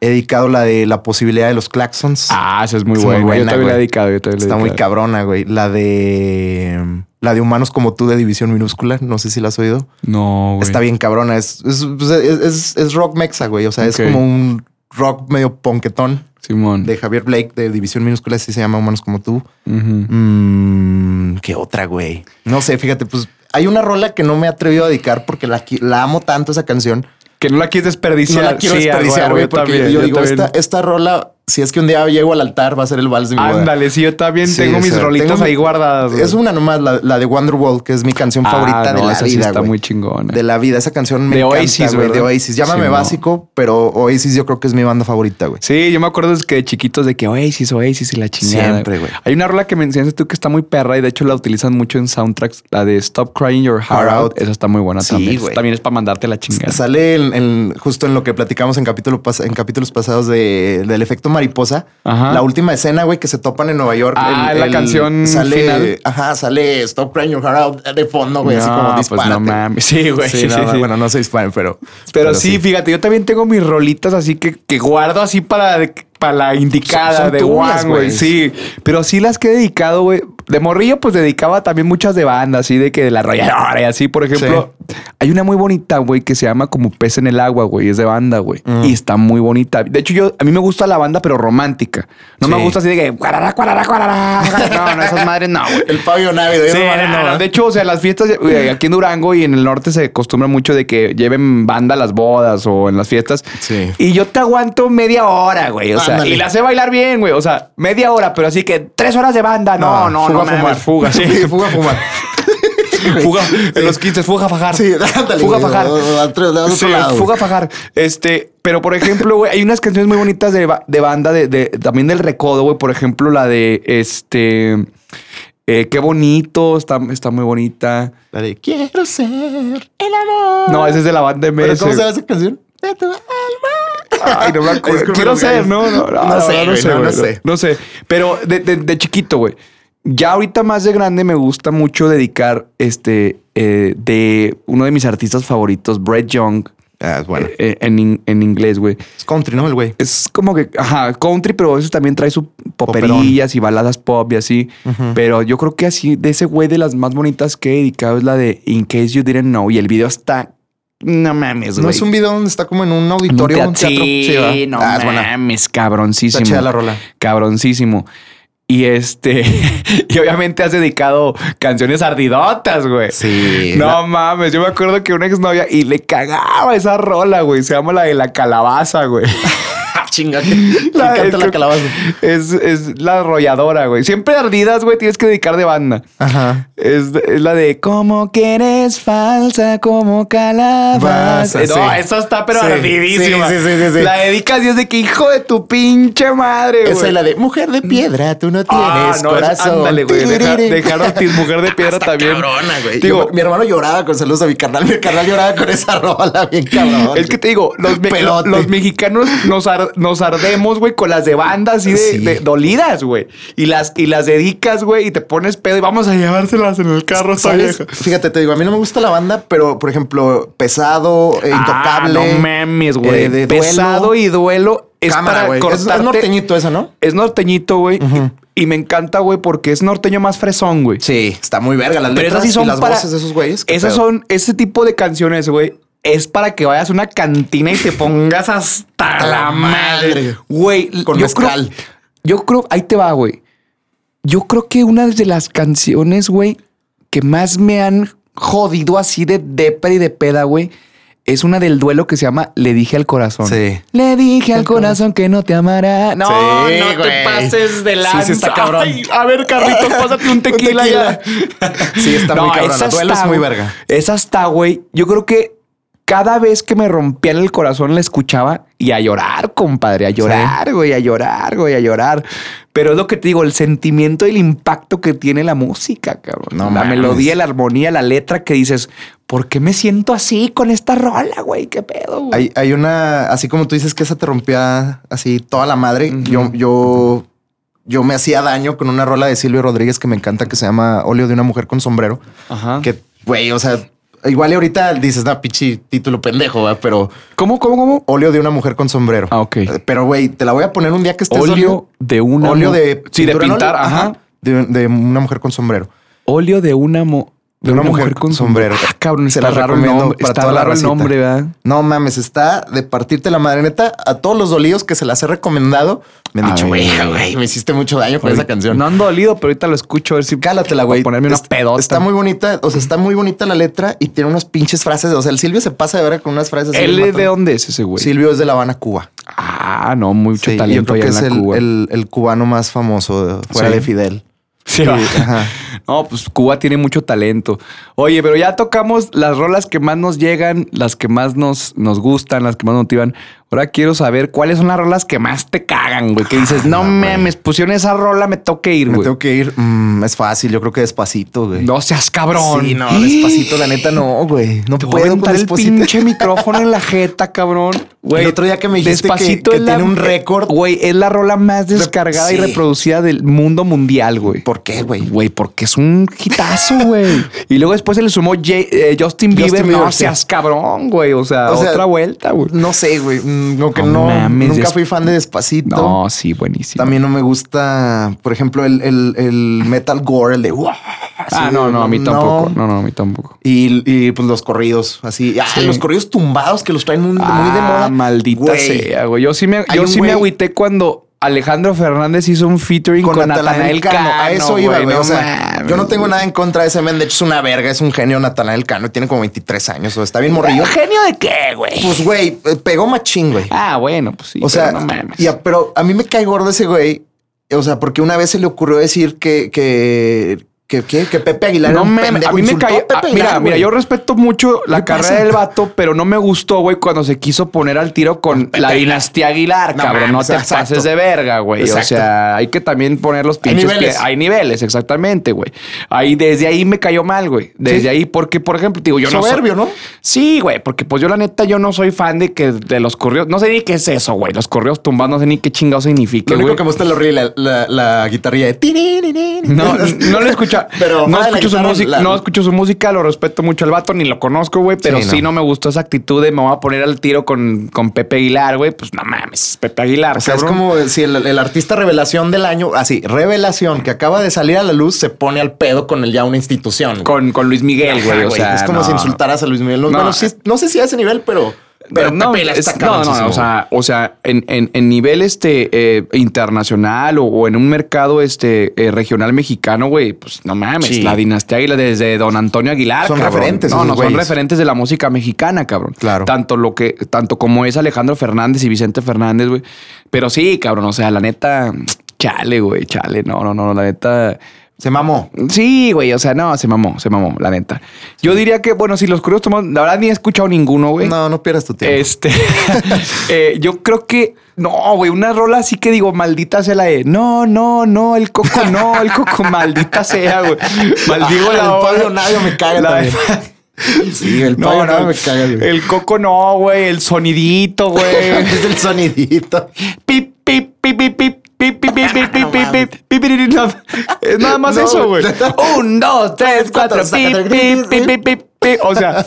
He dedicado la de la posibilidad de los claxons.
Ah, esa es muy
Es muy
buena.
buena,
Yo también la he
güey.
dedicado. Yo también la he
Está muy
dedicado.
cabrona, güey. La de la de humanos como tú de división minúscula. No sé si la has oído.
No, güey.
Está bien cabrona. Es, es, pues, es- es- es rock mexa, güey. O sea,
Ok.
es como un rock medio ponquetón
Simón.
de Javier Blake de división minúscula. Así se llama humanos como tú. Mm.
Ujú.
Mmm, ¿Qué otra, güey? No sé, fíjate, pues hay una rola que no me he atrevido a dedicar porque la, qui- la amo tanto esa canción.
Que no la quieres
No
desperdiciar.
la quiero
Sí,
desperdiciar, güey,
yo
porque
también,
yo, digo,
también.
esta, esta rola, si es que un día llego al altar, va a ser el vals de mi boda.
Ándale, sí, yo también
Sí,
tengo
o
mis
sea,
rolitas
tengo mi-
ahí guardadas.
Es una nomás, la, la de Wonderwall, que es mi canción favorita de la
Ah, esa sí
vida,
está
güey.
muy chingona.
De la vida, esa canción me
De
encanta,
Oasis,
güey, de
¿verdad?
Oasis. Llámame
Sí, no.
básico, pero Oasis yo creo que es mi banda favorita, güey.
Sí, yo me acuerdo es que de chiquitos de que Oasis, Oasis y la chingada.
Siempre, güey.
Hay una rola que mencionaste tú que está muy perra y de hecho la utilizan mucho en soundtracks, la de Stop Crying Your Heart
Heart
Out.
Out.
Esa está muy buena
Sí,
también.
güey.
También es para mandarte la chingada.
Sale en, en- justo en lo que platicamos en, capítulo pas- en capítulos pasados de, del efecto mariposa.
Ajá.
La última escena, güey, que se topan en Nueva York.
Ah, la canción
sale,
final.
Ajá, sale Stop Crying Your Heart Out de fondo, güey, así
No,
como
pues no
dispara.
mames. Sí, güey, sí, sí, sí.
Bueno, no se disparan, pero.
Pero, sí, fíjate, yo también tengo mis rolitas así que, que guardo así para, de- para la indicada
Son- son
de
tuyas,
Juan, güey.
güey.
Sí, pero sí las que he dedicado, güey. De morrillo, pues dedicaba también muchas de banda, así de que de la arrolladora y así, por ejemplo. Hay una muy bonita, güey, que se llama como Pez en el Agua, güey. Es de banda, güey.
Mm.
Y está muy bonita. De hecho, yo a mí me gusta la banda, pero romántica. No me
Sí.
gusta así de que... guarará, guarará, guarará. No, no, esas madres no, güey.
El pabellón ávido.
Sí, no, no, De hecho, o sea, las fiestas eh,
Mm.
aquí en Durango y en el norte se acostumbra mucho de que lleven banda a las bodas o en las fiestas.
Sí.
Y yo te aguanto media hora, güey. O sea,
Ándale.
y la sé bailar bien, güey. O sea, media hora, pero así que tres horas de banda. No, no,
fuga
no.
a
mames,
fumar.
Fuga, sí.
fuga a fumar.
Fuga. En los 15, fuga a fajar.
Sí, ándale,
Fuga a
güey,
fajar.
al otro- al otro
Sí,
lado, güey.
fuga a fajar. Este, pero por ejemplo, güey, hay unas canciones muy bonitas de, ba- de banda, de, de- también del recodo, güey. Por ejemplo, la de este. eh, qué bonito, está, está muy bonita.
La de Quiero ser.
No, ese es de la banda de
¿Pero
MS.
cómo se llama esa canción? De tu alma.
Ay, no me acuerdo.
Disculpa,
Quiero
no,
ser,
guys.
¿no? No, no,
No
la
sé,
verdad
güey, no,
güey,
no sé.
No sé. Pero de, de- de chiquito, güey. Ya ahorita más de grande me gusta mucho dedicar este eh, de uno de mis artistas favoritos, Brett Young.
Ah, bueno.
eh, en, in- en inglés, güey.
Es country, ¿no? El güey.
Es como que, ajá, country, pero eso también trae sus poperillas y baladas pop y así.
Ujú.
Pero yo creo que así, de ese güey de las más bonitas que he dedicado es la de In Case You Didn't Know. Y el video está. No mames, güey.
No es un video donde está como en un
En un
auditorio, un
teatro.
teatro.
Sí,
¿verdad?
no
Ah, es buena.
mames,
Está
cabroncísimo.
chida la rola.
Cabroncísimo. Y este. y obviamente has dedicado canciones ardidotas, güey.
Sí.
No
la-
mames, yo me acuerdo que una exnovia y le cagaba esa rola, güey. Se llama la de la calabaza, güey.
Chingate. Me
La-
encanta
creo-
la calabaza.
Es, es la arrolladora, güey. Siempre ardidas, güey, tienes que dedicar de banda.
Ajá.
Es, es la de como que eres falsa, como calabaza.
Vas,
Eh, no,
sí.
esa está pero
Sí,
ardidísima.
sí, sí, sí, sí, sí.
La dedicas y es de que hijo de tu pinche madre, güey.
Esa es la de mujer de piedra, tú no tienes
Ah, no, es-
corazón.
ándale, güey. Deja-
Tiriririn.
dejaron tis- mujer de piedra
Está
también.
cabrona, güey.
Digo-
Yo- mi hermano lloraba con saludos a mi carnal. Mi carnal lloraba con esa rola bien cabrón.
Es que te digo, los, me-
Pelote.
los mexicanos nos, ar- nos ardemos, güey, con las de bandas y de,
Sí.
de- dolidas, güey. Y las, y las dedicas, güey, y te pones pedo y vamos a llevárselas en el carro, esta
¿Sabes?
vieja.
Fíjate, te digo, a mí no me gusta la banda, pero por ejemplo, pesado, eh,
Ah,
intocable.
no mames,
eh,
güey.
de
Pesado
duelo.
y duelo es
cámara,
para
güey. Es-
cortarte.
Es, norteñito eso, ¿no?
Es norteñito, güey.
Ujú.
Y me encanta, güey, porque es norteño más fresón, güey.
Sí, está muy verga las
Pero
letras
esas sí son
y las
para-
voces de esos güeyes. qué
Esas
pedo.
son, ese tipo de canciones, güey, es para que vayas a una cantina y te pongas hasta la
la
¡Ah, madre.
madre.
Güey,
Con
Eh, yo
mezcal.
creo, yo creo, ahí te va, güey. Yo creo que una de las canciones, güey, que más me han jodido así de depa y de peda, güey, es una del duelo que se llama Le dije al corazón.
Sí.
Le dije al corazón que no te amará. No,
Sí,
no te
güey.
pases de
Sí,
lanza.
sí está cabrón.
Ay, a ver, Carlitos, pásate un tequila, ya.
Sí, está muy cabrón.
esa
Duelo
está,
es muy
güey.
verga.
Esa está, güey. Yo creo que cada vez que me rompían el corazón la escuchaba y a llorar, compadre, a llorar, güey, a llorar, güey, a llorar. Pero es lo que te digo, el sentimiento y el impacto que tiene la música, cabrón.
No
la
mames.
melodía, la armonía, la letra que dices, ¿por qué me siento así con esta rola, güey? ¿Qué pedo? güey?"
Hay, hay una, así como tú dices que esa te rompía así toda la madre.
Ujú.
Yo, yo, yo me hacía daño con una rola de Silvio Rodríguez que me encanta, que se llama Óleo de una mujer con sombrero.
Ajá.
Que, güey, o sea, igual y ahorita dices, da pinche título pendejo, ¿verdad? pero
¿Cómo, cómo, cómo?
óleo de una mujer con sombrero.
Ah, ok.
Pero, güey, te la voy a poner un día que estés
Óleo de una.
óleo
mu-
de
Sí, de
pintura en
pintar,
óleo,
ajá.
De, de una mujer con sombrero.
Óleo de una, mo- de una, mujer, con sombrero. Ah, cabrón,
Se
está
la
raro el
recomiendo
nombre.
para
Está
toda la
raro el
racita.
nombre, ¿verdad?
No mames, está de partirte la madre neta a todos los dolidos que se las he recomendado. Me han
A
dicho,
ver.
güey, güey, me hiciste mucho daño con esa
Ahorita-
canción.
No han dolido, pero ahorita lo escucho a ver si
Cálatela,
para
güey.
Ponerme una
Es-
pedota.
Está muy bonita, o sea, está muy bonita la letra y tiene unas pinches frases. O sea, el Silvio se pasa de ver con unas frases. así
¿Él
bien
de
matonas.
dónde es ese güey?
Silvio es de La Habana, Cuba.
Ah, no, mucho
Sí, yo
talento
creo que
allá en
es
la
el,
Cuba.
el- el cubano más famoso eh, fuera
Sí.
de Fidel.
Sí, va.
Ajá.
No, pues Cuba tiene mucho talento. Oye, pero ya tocamos las rolas que más nos llegan, las que más nos, nos gustan, las que más nos motivan. Ahora quiero saber cuáles son las rolas que más te cagan, güey. Que dices, no
Ah,
mames, pusieron esa rola, me tengo que ir,
Me
güey.
tengo que ir. Mm, es fácil, yo creo que despacito, güey.
No seas cabrón.
Sí, no, despacito, la neta, no, güey. No
Te
puedo
voy a
con
aventar el
despacito.
pinche micrófono en la jeta, cabrón. Güey,
El otro día que me dijiste este que-
Despacito
que
es
tiene un récord.
Güey, es la rola más descargada y
sí.
reproducida del mundo mundial, güey.
¿Por qué, güey?
Güey, porque es un hitazo, güey. y luego después se le sumó J- eh, Justin Bieber.
Justin Bieber,
no
sí.
seas cabrón, güey. O sea,
O sea,
otra vuelta, güey.
No sé, güey. Mm, Como que
No
no,
mames,
nunca
des-
fui fan de despacito.
No, sí, buenísimo.
También no me gusta, por ejemplo, el, el, el metal gore, el de "Uah",
Ah,
así,
no, no, a mí tampoco. No, no, a mí tampoco.
Y, y, pues los corridos, así. Ah,
Sí.
Los corridos tumbados que los traen muy, muy de
Ah,
moda.
Maldita
Güey,
sea, güey. Yo sí me,
Hay
yo
un
sí me
güey-
agüité cuando Alejandro Fernández hizo un featuring con,
Con Natanael
Natanael
Cano. A eso iba, güey. o sea, yo no tengo nada en contra de ese men. De hecho, es una verga, es un genio Natanael Cano. Tiene como 23 años. O sea, está bien morrillo.
¿Genio de qué, güey?
Pues, güey, eh, pegó machín, güey.
Ah, bueno, pues sí.
O sea,
pero no mames.
ya, pero a mí me cae gordo ese güey. O sea, porque una vez se le ocurrió decir que, que, que, que, que Pepe Aguilar
No
era un
mames,
pendejo,
a mí me
insultó
cayó.
a Pepe
ah,
Aguilar,
mira, mira,
güey.
yo respeto mucho la
¿Qué
carrera
pasa?
del vato, pero no me gustó, güey, cuando se quiso poner al tiro con la dinastía Aguilar,
No mames,
cabrón. no te
exacto.
pases de verga, güey. O
Exacto.
sea, hay que también poner los pinches.
niveles.
pie- hay niveles, exactamente, güey. Ahí, desde ahí me cayó mal, güey. Desde
Sí.
ahí, porque, por ejemplo, digo, yo no. soy-
Soberbio, ¿no?
Sí, güey, porque pues yo la neta yo no soy fan de que de los correos, no sé ni qué es eso, güey, los correos tumbados, no sé ni qué chingado significa,
Lo único
güey.
que me gusta es la, la, la, la guitarrilla de...
No, no lo escucho.
Pero
no
fuera de la
escucho, su
guitarra,
música,
la-
no escucho su música, lo respeto mucho al vato, ni lo conozco, güey, pero
Sí,
sí,
no.
no. me gustó esa actitud de me voy a poner al tiro con, con Pepe Aguilar, güey. Pues no mames, Pepe Aguilar,
O sea, es
Ah, cabrón.
como si el, el artista revelación del año, así, revelación que acaba de salir a la luz, se pone al pedo con el ya una institución.
Con, con Luis Miguel,
Ajá,
güey. O
güey,
sea,
es como
no.
si insultaras a Luis Miguel. No,
No.
bueno, sí es- no sé si a ese nivel, pero, pero Pepe la
es-
está
no, no, no,
cabroncísimo.
o sea, o sea, en, en- en nivel este eh, internacional o, o en un mercado este eh, regional mexicano, güey, pues no mames,
Sí.
la dinastía Aguilar desde Don Antonio Aguilar,
Son
cabrón.
referentes
no,
esos
no, son
güeyes.
referentes de la música mexicana, cabrón.
Claro.
Tanto lo que, tanto como es Alejandro Fernández y Vicente Fernández, güey. Pero sí, cabrón, o sea, la neta, chale, güey, chale, no, no, no, la neta.
se mamó.
Sí, güey, o sea, no, se mamó, se mamó, la neta. Yo diría que, bueno, si los curiosos toman, la verdad ni he escuchado ninguno, güey.
No, no pierdas tu tiempo.
Este, eh, yo creo que no, güey, una rola así que digo, maldita sea la E. No, no, no, el coco, no, el coco, maldita sea, güey. Maldigo
Ah, el
la hora.
Pablo Navio me caga también. Sí, el
No,
Pablo
no,
Navio me caga, güey.
el coco no, güey, el sonidito, güey.
es el sonidito.
Pip, pip, pip, pip, pip, pip, pip, pip, pip, pip, pip, pip, pip, pip, no. Es nada más
No,
eso, güey.
neta.
Un, dos, tres, cuatro, pip,
Sácate.
pip, pip, pip, pip, pip. O sea,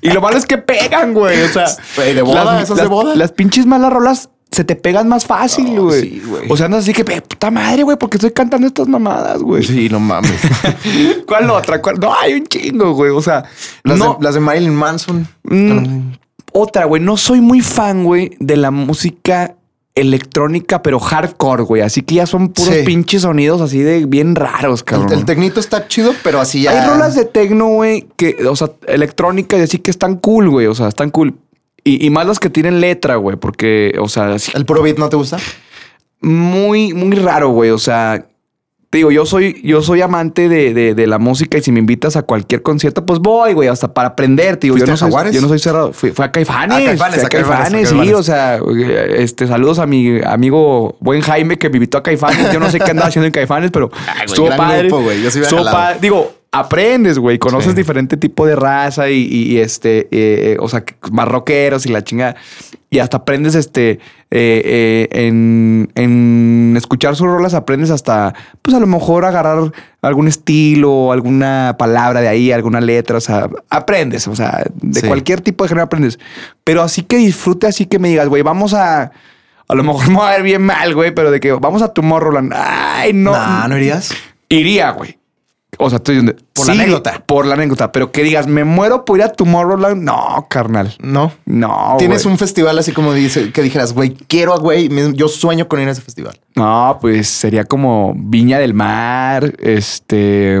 y lo malo es que pegan, güey. O sea,
Güey, de boda, eso es de boda.
Las pinches malas rolas se te pegan más fácil,
No,
güey.
sí, güey.
o sea, andas así que, "Pe- puta madre, güey, porque estoy cantando estas mamadas, güey.
Sí, no mames.
¿Cuál otra? ¿Cuál? No, hay un chingo, güey. O sea,
Las,
no.
de, las de Marilyn Manson.
Mm, otra, güey. No soy muy fan, güey, de la música electrónica, pero hardcore, güey. Así que ya son puros
Sí.
pinches sonidos así de bien raros, cabrón.
El, el tecnito está chido, pero así ya.
Hay rolas de tecno, güey, que, o sea, electrónica y así que están cool, güey. O sea, están cool. Y, y más las que tienen letra, güey, porque, o sea, así
¿El puro beat no te gusta?
muy, muy raro, güey. O sea, te digo, yo soy, yo soy amante de, de- de la música y si me invitas a cualquier concierto, pues voy, güey, hasta para aprender, tío. Yo
¿Fuiste
no,
a
soy,
Jaguares?
yo no soy cerrado. Fui, fue a Caifanes.
Ah, Caifanes,
fui
a Caifanes, a
sí.
Caifanes.
O sea, este, saludos a mi amigo buen Jaime que me invitó a Caifanes. Yo no sé qué andaba haciendo en Caifanes, pero
Ah, güey,
estuvo
gran
padre.
grupo, güey. Yo sí hubiera
Estuvo
jalado.
padre. Ah, Digo, aprendes, güey. Conoces
Sí.
diferente tipo de raza y, y- y, este, eh, eh, o sea, marroqueros y la chingada. Y hasta aprendes, este, eh, eh, en, en escuchar sus rolas, aprendes hasta, pues a lo mejor agarrar algún estilo, alguna palabra de ahí, alguna letra, o sea, aprendes, o sea, de
Sí.
cualquier tipo de género aprendes. Pero así que disfrute, así que me digas, güey, vamos a... A lo mejor me va a ver bien mal, güey, pero de que vamos a Tomorrowland. Ay, no.
Nah, no irías.
Iría, güey. O sea, estoy diciendo.
Por la anécdota.
Por la anécdota. Pero que digas, me muero por ir a Tomorrowland. No, carnal.
No.
No.
Tienes
güey.
un festival así como dice que dijeras, güey, quiero a güey. me- Yo sueño con ir a ese festival.
No, pues sería como Viña del Mar. Este.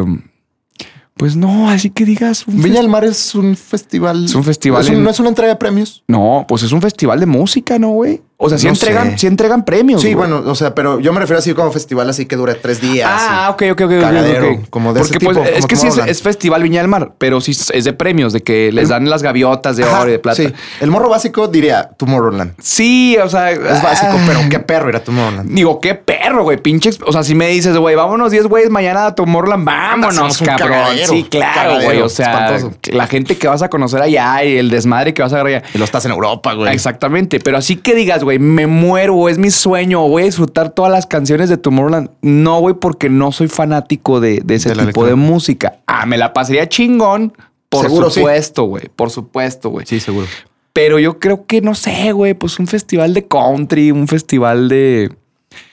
Pues no, así que digas. un
Viña
fest-
del Mar es un festival.
Es un festival
Es un-
en-
No es una entrega de premios.
No, pues es un festival de música, ¿no, güey? O sea, sí,
No sé.
entregan, sí entregan premios.
Sí,
güey.
bueno, o sea, pero yo me refiero así como festival así que dura tres días.
Ah,
y-
ok, ok, ok. ok,
Cagadero,
ok.
como de
Porque,
ese
pues,
tipo,
Es
como
que sí es,
Tomorrowland.
es Festival Viña del Mar, pero sí es de premios, de que les dan las gaviotas de
Ajá,
oro y de plata.
sí. El morro básico diría Tomorrowland.
Sí, o sea.
Es básico, pero qué perro era Tomorrowland.
Digo, qué perro, güey. Pinche. ex- O sea, si me dices, güey, vámonos 10 güeyes mañana a Tomorrowland, vámonos,
Hacemos un
cabrón.
cagadero,
sí, claro,
cagadero,
güey. O sea,
espantoso.
la gente que vas a conocer allá y el desmadre que vas a agarrar allá.
Y lo estás en Europa, güey.
Exactamente. Pero así que digas, güey, me muero, o es mi sueño, o voy a disfrutar todas las canciones de Tomorrowland. No, güey, porque no soy fanático de, de ese
De la
tipo de
electrónica.
música. Ah, me la pasaría chingón. Por
Seguro sí.
supuesto, güey. Por supuesto, güey.
Sí, seguro.
Pero yo creo que, no sé, güey, pues un festival de country, un festival de...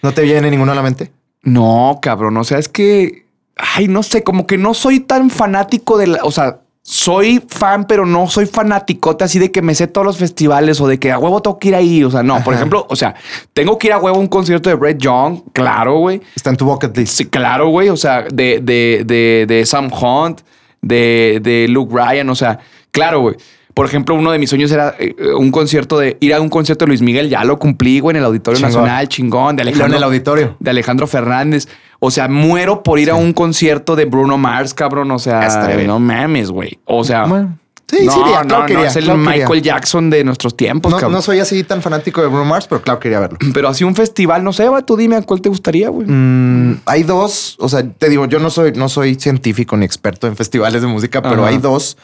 ¿No te viene ninguno a la mente?
No, cabrón, o sea, es que... Ay, no sé, como que no soy tan fanático de la... O sea, soy fan, pero no soy fanaticote así de que me sé todos los festivales o de que a huevo tengo que ir ahí. O sea, no, por
Ajá.
ejemplo, o sea, tengo que ir a huevo a un concierto de Brett Young, claro, güey.
Está en tu bucket list.
Sí, claro, güey. O sea, de, de, de, de Sam Hunt, de, de Luke Ryan. O sea, claro, güey. Por ejemplo, uno de mis sueños era eh, un concierto de ir a un concierto de Luis Miguel. Ya lo cumplí, güey, en el Auditorio
Chingón.
Nacional, chingón, de
Y luego en
Alejandro,
el auditorio.
de Alejandro Fernández. O sea, muero por ir a un concierto de Bruno Mars, cabrón. O sea,
Estaría bien.
no mames, güey. O sea,
Bueno, sí,
no,
sí, iría,
no,
claro que
no,
iría,
es el
claro que iría.
Michael Jackson de nuestros tiempos,
no,
cabrón.
no soy así tan fanático de Bruno Mars, pero claro que quería verlo.
Pero así un festival, no sé, güey. Tú dime a cuál te gustaría, güey.
Mm, hay dos, o sea, te digo, yo no soy, no soy científico ni experto en festivales de música, pero
Ajá.
hay dos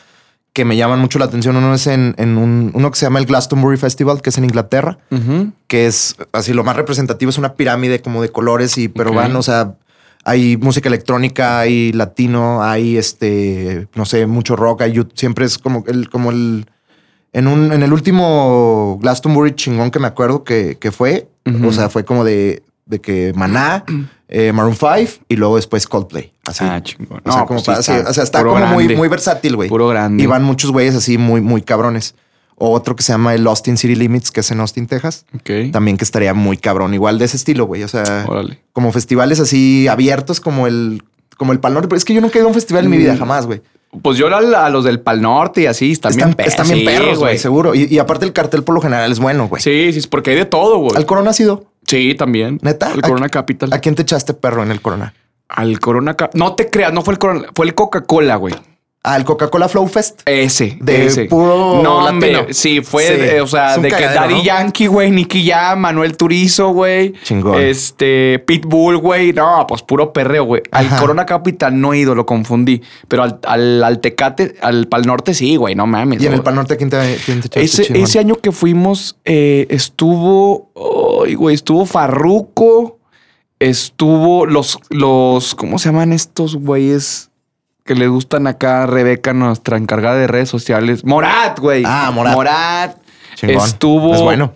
que me llaman mucho la atención. Uno es en, en un, uno que se llama el Glastonbury Festival, que es en Inglaterra,
Ujú.
que es así lo más representativo, es una pirámide como de colores y pero
Ok.
van, o sea, hay música electrónica, hay latino, hay este, no sé, mucho rock, hay youth- siempre es como el, como el en un, en el último Glastonbury chingón que me acuerdo que, que fue,
Ujú.
o sea, fue como de, de que Maná, eh, Maroon 5 y luego después Coldplay. Así.
Ah, chingón.
o sea,
No,
como
pues sí
para- sí, o sea, está
puro
como muy,
grande,
muy versátil, güey.
Puro grande.
Y van muchos güeyes así muy, muy cabrones. O otro que se llama el Austin City Limits, que es en Austin, Texas.
Ok.
También que estaría muy cabrón, igual de ese estilo, güey. O sea,
Órale.
como festivales así abiertos como el, como el Pal Norte. Pero es que yo nunca he ido a un festival en mi vida,
Mm.
jamás, güey.
Pues yo a, a los del Pal Norte y así, están,
Están,
bien, pe-
están bien
sí,
perros, güey, seguro. Y, y aparte el cartel por lo general es bueno, güey.
Sí, sí, es porque hay de todo, güey.
¿Al Corona has ido?
Sí, también.
¿Neta?
Al
¿A-
Corona Capital.
¿A quién te echaste perro en el Corona?
Al Corona Capital. No te creas, no fue el Corona, fue el Coca-Cola, güey.
¿Al Coca-Cola Flow Fest?
Ese.
De
ese.
puro
No,
latino.
hombre. Sí, fue,
Sí.
de- o sea,
Es un
de que
cagadero,
Daddy
¿no?
Yankee, güey, Nicky Jam, Manuel Turizo, güey.
Chingón.
Este, Pitbull, güey. No, pues puro perreo, güey. Al
Ajá.
Corona Capital no he ido, lo confundí. Pero al, al, al Tecate, al Pal Norte sí, güey, no mames.
¿Y en
güey.
el Pal Norte a quién te, quién te echaste
Ese,
chingón?
ese año que fuimos eh, estuvo, ay, güey, estuvo Farruco, estuvo los, los, ¿cómo se llaman estos güeyes que le gustan acá a Rebeca, nuestra encargada de redes sociales? Morat, güey.
Ah, Morat.
Morat.
Chingón.
Estuvo.
Es bueno.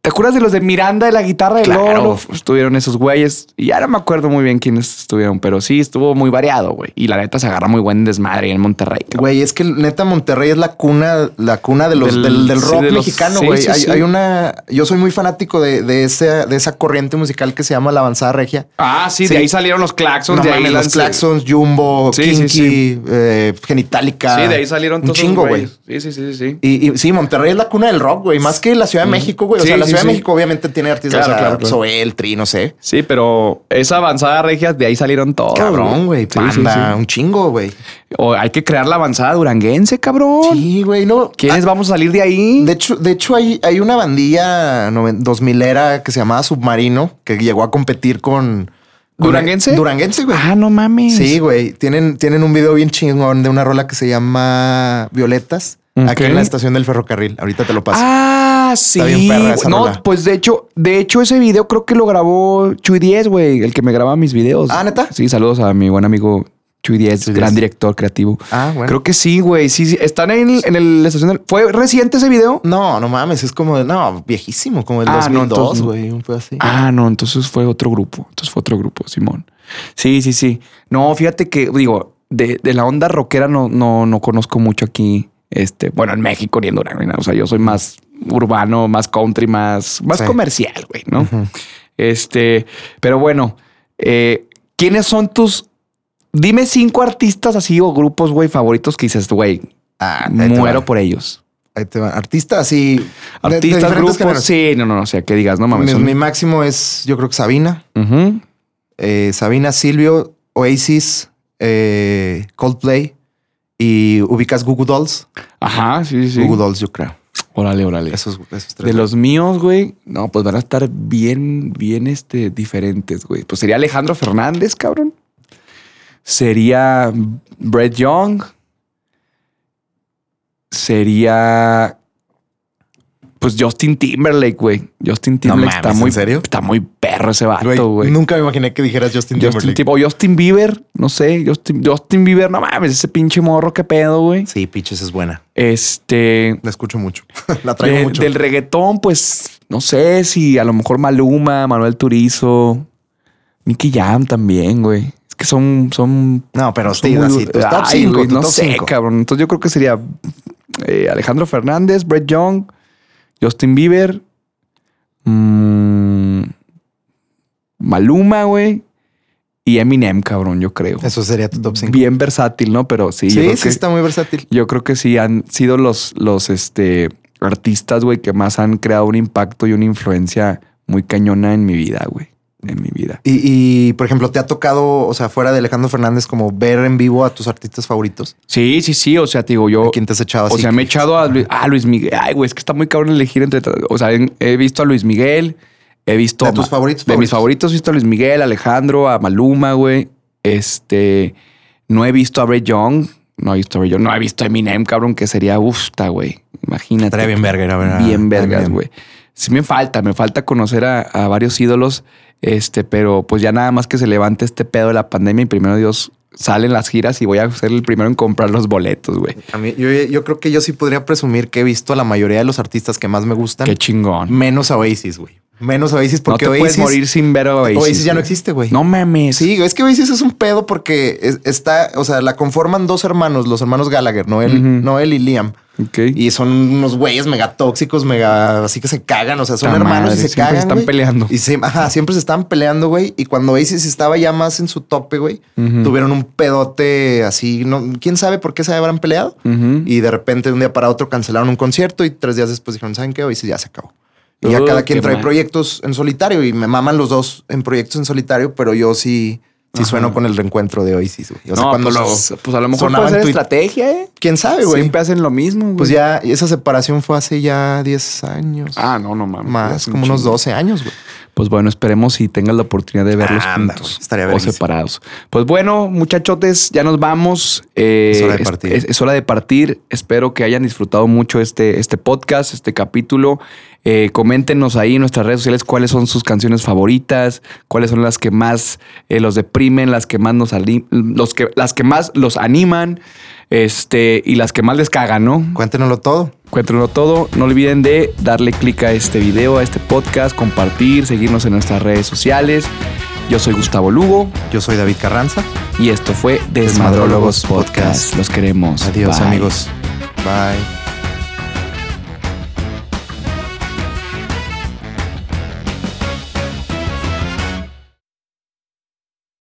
¿Te acuerdas de los de Miranda de la guitarra del
Claro.
oro? Estuvieron esos güeyes. Y ya no me acuerdo muy bien quiénes estuvieron, pero sí, estuvo muy variado, güey. Y la neta se agarra muy buen desmadre ahí en Monterrey. cabrón.
Güey, es que neta Monterrey es la cuna, la cuna de los,
Del-
del, del
sí,
rock
de los-
mexicano,
sí,
güey.
sí,
hay,
sí.
hay una. Yo soy muy fanático de, de, esa, de esa corriente musical que se llama La Avanzada Regia.
Ah, sí,
Sí.
de ahí salieron los claxons.
No
de ahí
mames, los
lanz-
Claxons, Jumbo,
Sí, sí,
Kinky,
sí.
eh, Genitalica.
Sí, de ahí salieron
Un
todos.
chingo,
esos
güey.
güeyes. Sí, sí, sí, sí.
Y, y sí, Monterrey es la cuna del rock, güey. Más que la Ciudad de México, güey. O
Mm. Sí,
sea, la
sí,
Ciudad
sí.
de México obviamente tiene artistas. o
Claro,
sea,
claro, claro.
Zoel, Tri, no sé.
Sí, pero esa avanzada regia, de ahí salieron todos.
Cabrón, güey.
Sí, sí,
Panda,
sí.
un chingo, güey.
O hay que crear la avanzada duranguense, cabrón.
Sí, güey. No, Ah,
¿Quiénes vamos a salir de ahí?
De hecho, de hecho hay, hay una bandilla noven- 2000 era que se llamaba Submarino, que llegó a competir con... con-
¿Duranguense?
Duranguense, güey.
Ah, no mames.
Sí, güey. Tienen, tienen un video bien chingón de una rola que se llama Violetas, aquí
Ok.
en la estación del ferrocarril. Ahorita te lo paso.
Ah, sí.
pues, bien perra esa
no,
rola.
pues de hecho, de hecho, ese video creo que lo grabó Chuy 10, güey, el que me grababa mis videos.
Ah, ¿neta?
Sí, saludos a mi buen amigo Chuy 10,
Chuy
gran
Díez.
director creativo.
Ah, bueno.
Creo que sí, güey. Sí, sí. Están en, el- en el la estación. del- ¿Fue reciente ese video?
No, no mames. Es como... de- No, viejísimo. Como el
Ah, no,
2002,
entonces no.
güey. un pedo así.
Ah, no, entonces fue otro grupo. Entonces fue otro grupo, Simón. Sí, sí, sí. No, fíjate que, digo, de, de la onda rockera no, no, no conozco mucho aquí. Este, bueno, en México ni en Durango, ni nada. O sea, yo soy más urbano, más country, más, más
Sí.
comercial, güey, ¿no?
Ujú.
Este, pero bueno, eh, ¿quiénes son tus. Dime cinco artistas así o grupos, güey, favoritos que dices, güey,
Ah, ahí te
muero
va.
por ellos.
Ahí te va. Artista, así... de- de
Artistas,
diferentes
grupos.
géneros.
Sí, no, no, no, o sea, que digas, no mames.
mi,
son-
mi máximo es, yo creo que Sabina.
Ujú.
eh, Sabina Silvio, Oasis, eh, Coldplay y ubicas Google Dolls.
Ajá, sí, sí.
Google Dolls, yo creo.
Órale, órale.
Esos, esos tres.
De los míos, güey, no, pues van a estar bien, bien este, diferentes, güey. Pues sería Alejandro Fernández, cabrón. Sería Brett Young. Sería. Pues Justin Timberlake, güey. Justin Timberlake está
mames,
muy.
¿en serio?
Está muy perro ese
Güey,
vato, güey.
Nunca me imaginé que dijeras Justin
Justin,
Timberlake.
Tim- o Justin Bieber, no sé. Justin, Justin Bieber, no mames, ese pinche morro, qué pedo, güey.
sí, piches es buena.
Este.
La escucho mucho. La traigo
De-
mucho.
Eh, Del reggaetón, pues no sé si a lo mejor Maluma, Manuel Turizo, Nicky Jam también, güey. Es que son. son
No, pero
son
sí,
muy-
así, tus top
Ay,
5,
güey,
tus
No
top
sé,
5.
cabrón. Entonces yo creo que sería eh, Alejandro Fernández, Brett Young, Justin Bieber, mm, Maluma, güey, y Eminem, cabrón, yo creo.
Eso sería tu top 5.
Bien versátil, ¿no? Pero sí, yo
Sí,
creo
sí,
que-
está muy versátil.
yo creo que sí han sido los, los este, artistas, güey, que más han creado un impacto y una influencia muy cañona en mi vida, güey. En mi vida.
Y, y, por ejemplo, ¿te ha tocado, o sea, fuera de Alejandro Fernández, como ver en vivo a tus artistas favoritos?
Sí, sí, sí. O sea, te digo,
¿A
yo.
quién te has echado así?
O sea,
que-
me he echado a Luis, a Luis Miguel. Ay, güey, es que está muy cabrón elegir entre. tra- O sea, en- he visto a Luis Miguel, he visto.
¿De
a
tus
Ma-
favoritos,
De
favoritos?
mis favoritos, he visto a Luis Miguel, a Alejandro, a Maluma, güey. Este. No he visto a Bray Young. No he visto a Bray Young. No he visto a Eminem, cabrón, que sería ufta, güey. Imagínate.
Estaría bien verga ir a ver a-
Bien
a
vergas,
Eminem.
güey. sí me falta, me falta conocer a, a varios ídolos, este, pero pues ya nada más que se levante este pedo de la pandemia y primero Dios salen las giras y voy a ser el primero en comprar los boletos, güey.
A mí, yo, yo creo que yo sí podría presumir que he visto a la mayoría de los artistas que más me gustan,
Qué chingón.
menos a Oasis, güey. Menos a Oasis Mm, porque
no te
Oasis,
puedes morir sin ver a Oasis.
Oasis ya no
güey.
existe, güey.
No mames.
Sí, es que Oasis es un pedo porque es- está, o sea, la conforman dos hermanos, los hermanos Gallagher, Noel,
Ujú.
Noel y Liam.
Ok.
Y son unos güeyes mega tóxicos, mega así que se cagan. O sea, son
Ta
hermanos
madre,
y se
siempre
cagan.
se están
güey.
peleando.
Y se, ajá, siempre se están peleando, güey. Y cuando Oasis estaba ya más en su tope, güey,
Ujú.
tuvieron un pedote así. No, quién sabe por qué se habrán peleado.
Ujú.
Y de repente, de un día para otro, cancelaron un concierto y tres días después dijeron, ¿saben qué? Oasis ya se acabó. Y ya
Uh,
cada quien
qué
trae
mal.
proyectos en solitario y me maman los dos en proyectos en solitario, pero yo sí, sí
Ajá.
sueno con el reencuentro de Oasis. güey. O sea,
No,
cuando lo.
pues, pues a lo mejor
sonaba
puede
en
ser
Twitter.
estrategia, ¿eh?
Quién sabe, güey.
Siempre hacen lo mismo, güey.
Pues ya esa separación fue hace ya 10 años.
Ah, no, no mames. ya
Más,
es un
como unos
chingo.
12 años, güey.
Pues bueno, esperemos si tengas la oportunidad de verlos
Anda,
juntos
güey, Ah, pues, estaría
o
verguísima.
separados. Pues bueno, muchachotes, ya nos vamos. Eh,
Es hora de partir.
Es, es hora de partir. Espero que hayan disfrutado mucho este, este podcast, este capítulo. Eh, coméntenos ahí en nuestras redes sociales cuáles son sus canciones favoritas, cuáles son las que más eh, los deprimen, las que más nos ali- los que, las que más los animan, este, y las que más les cagan, ¿no?
Cuéntenoslo todo.
Encuéntrenlo todo. No olviden de darle clic a este video, a este podcast, compartir, seguirnos en nuestras redes sociales. Yo soy Gustavo Lugo
Yo soy David Carranza.
y esto fue Desmadrólogos Podcast. Los queremos.
Adiós,
Pues Bye.
amigos. Bye.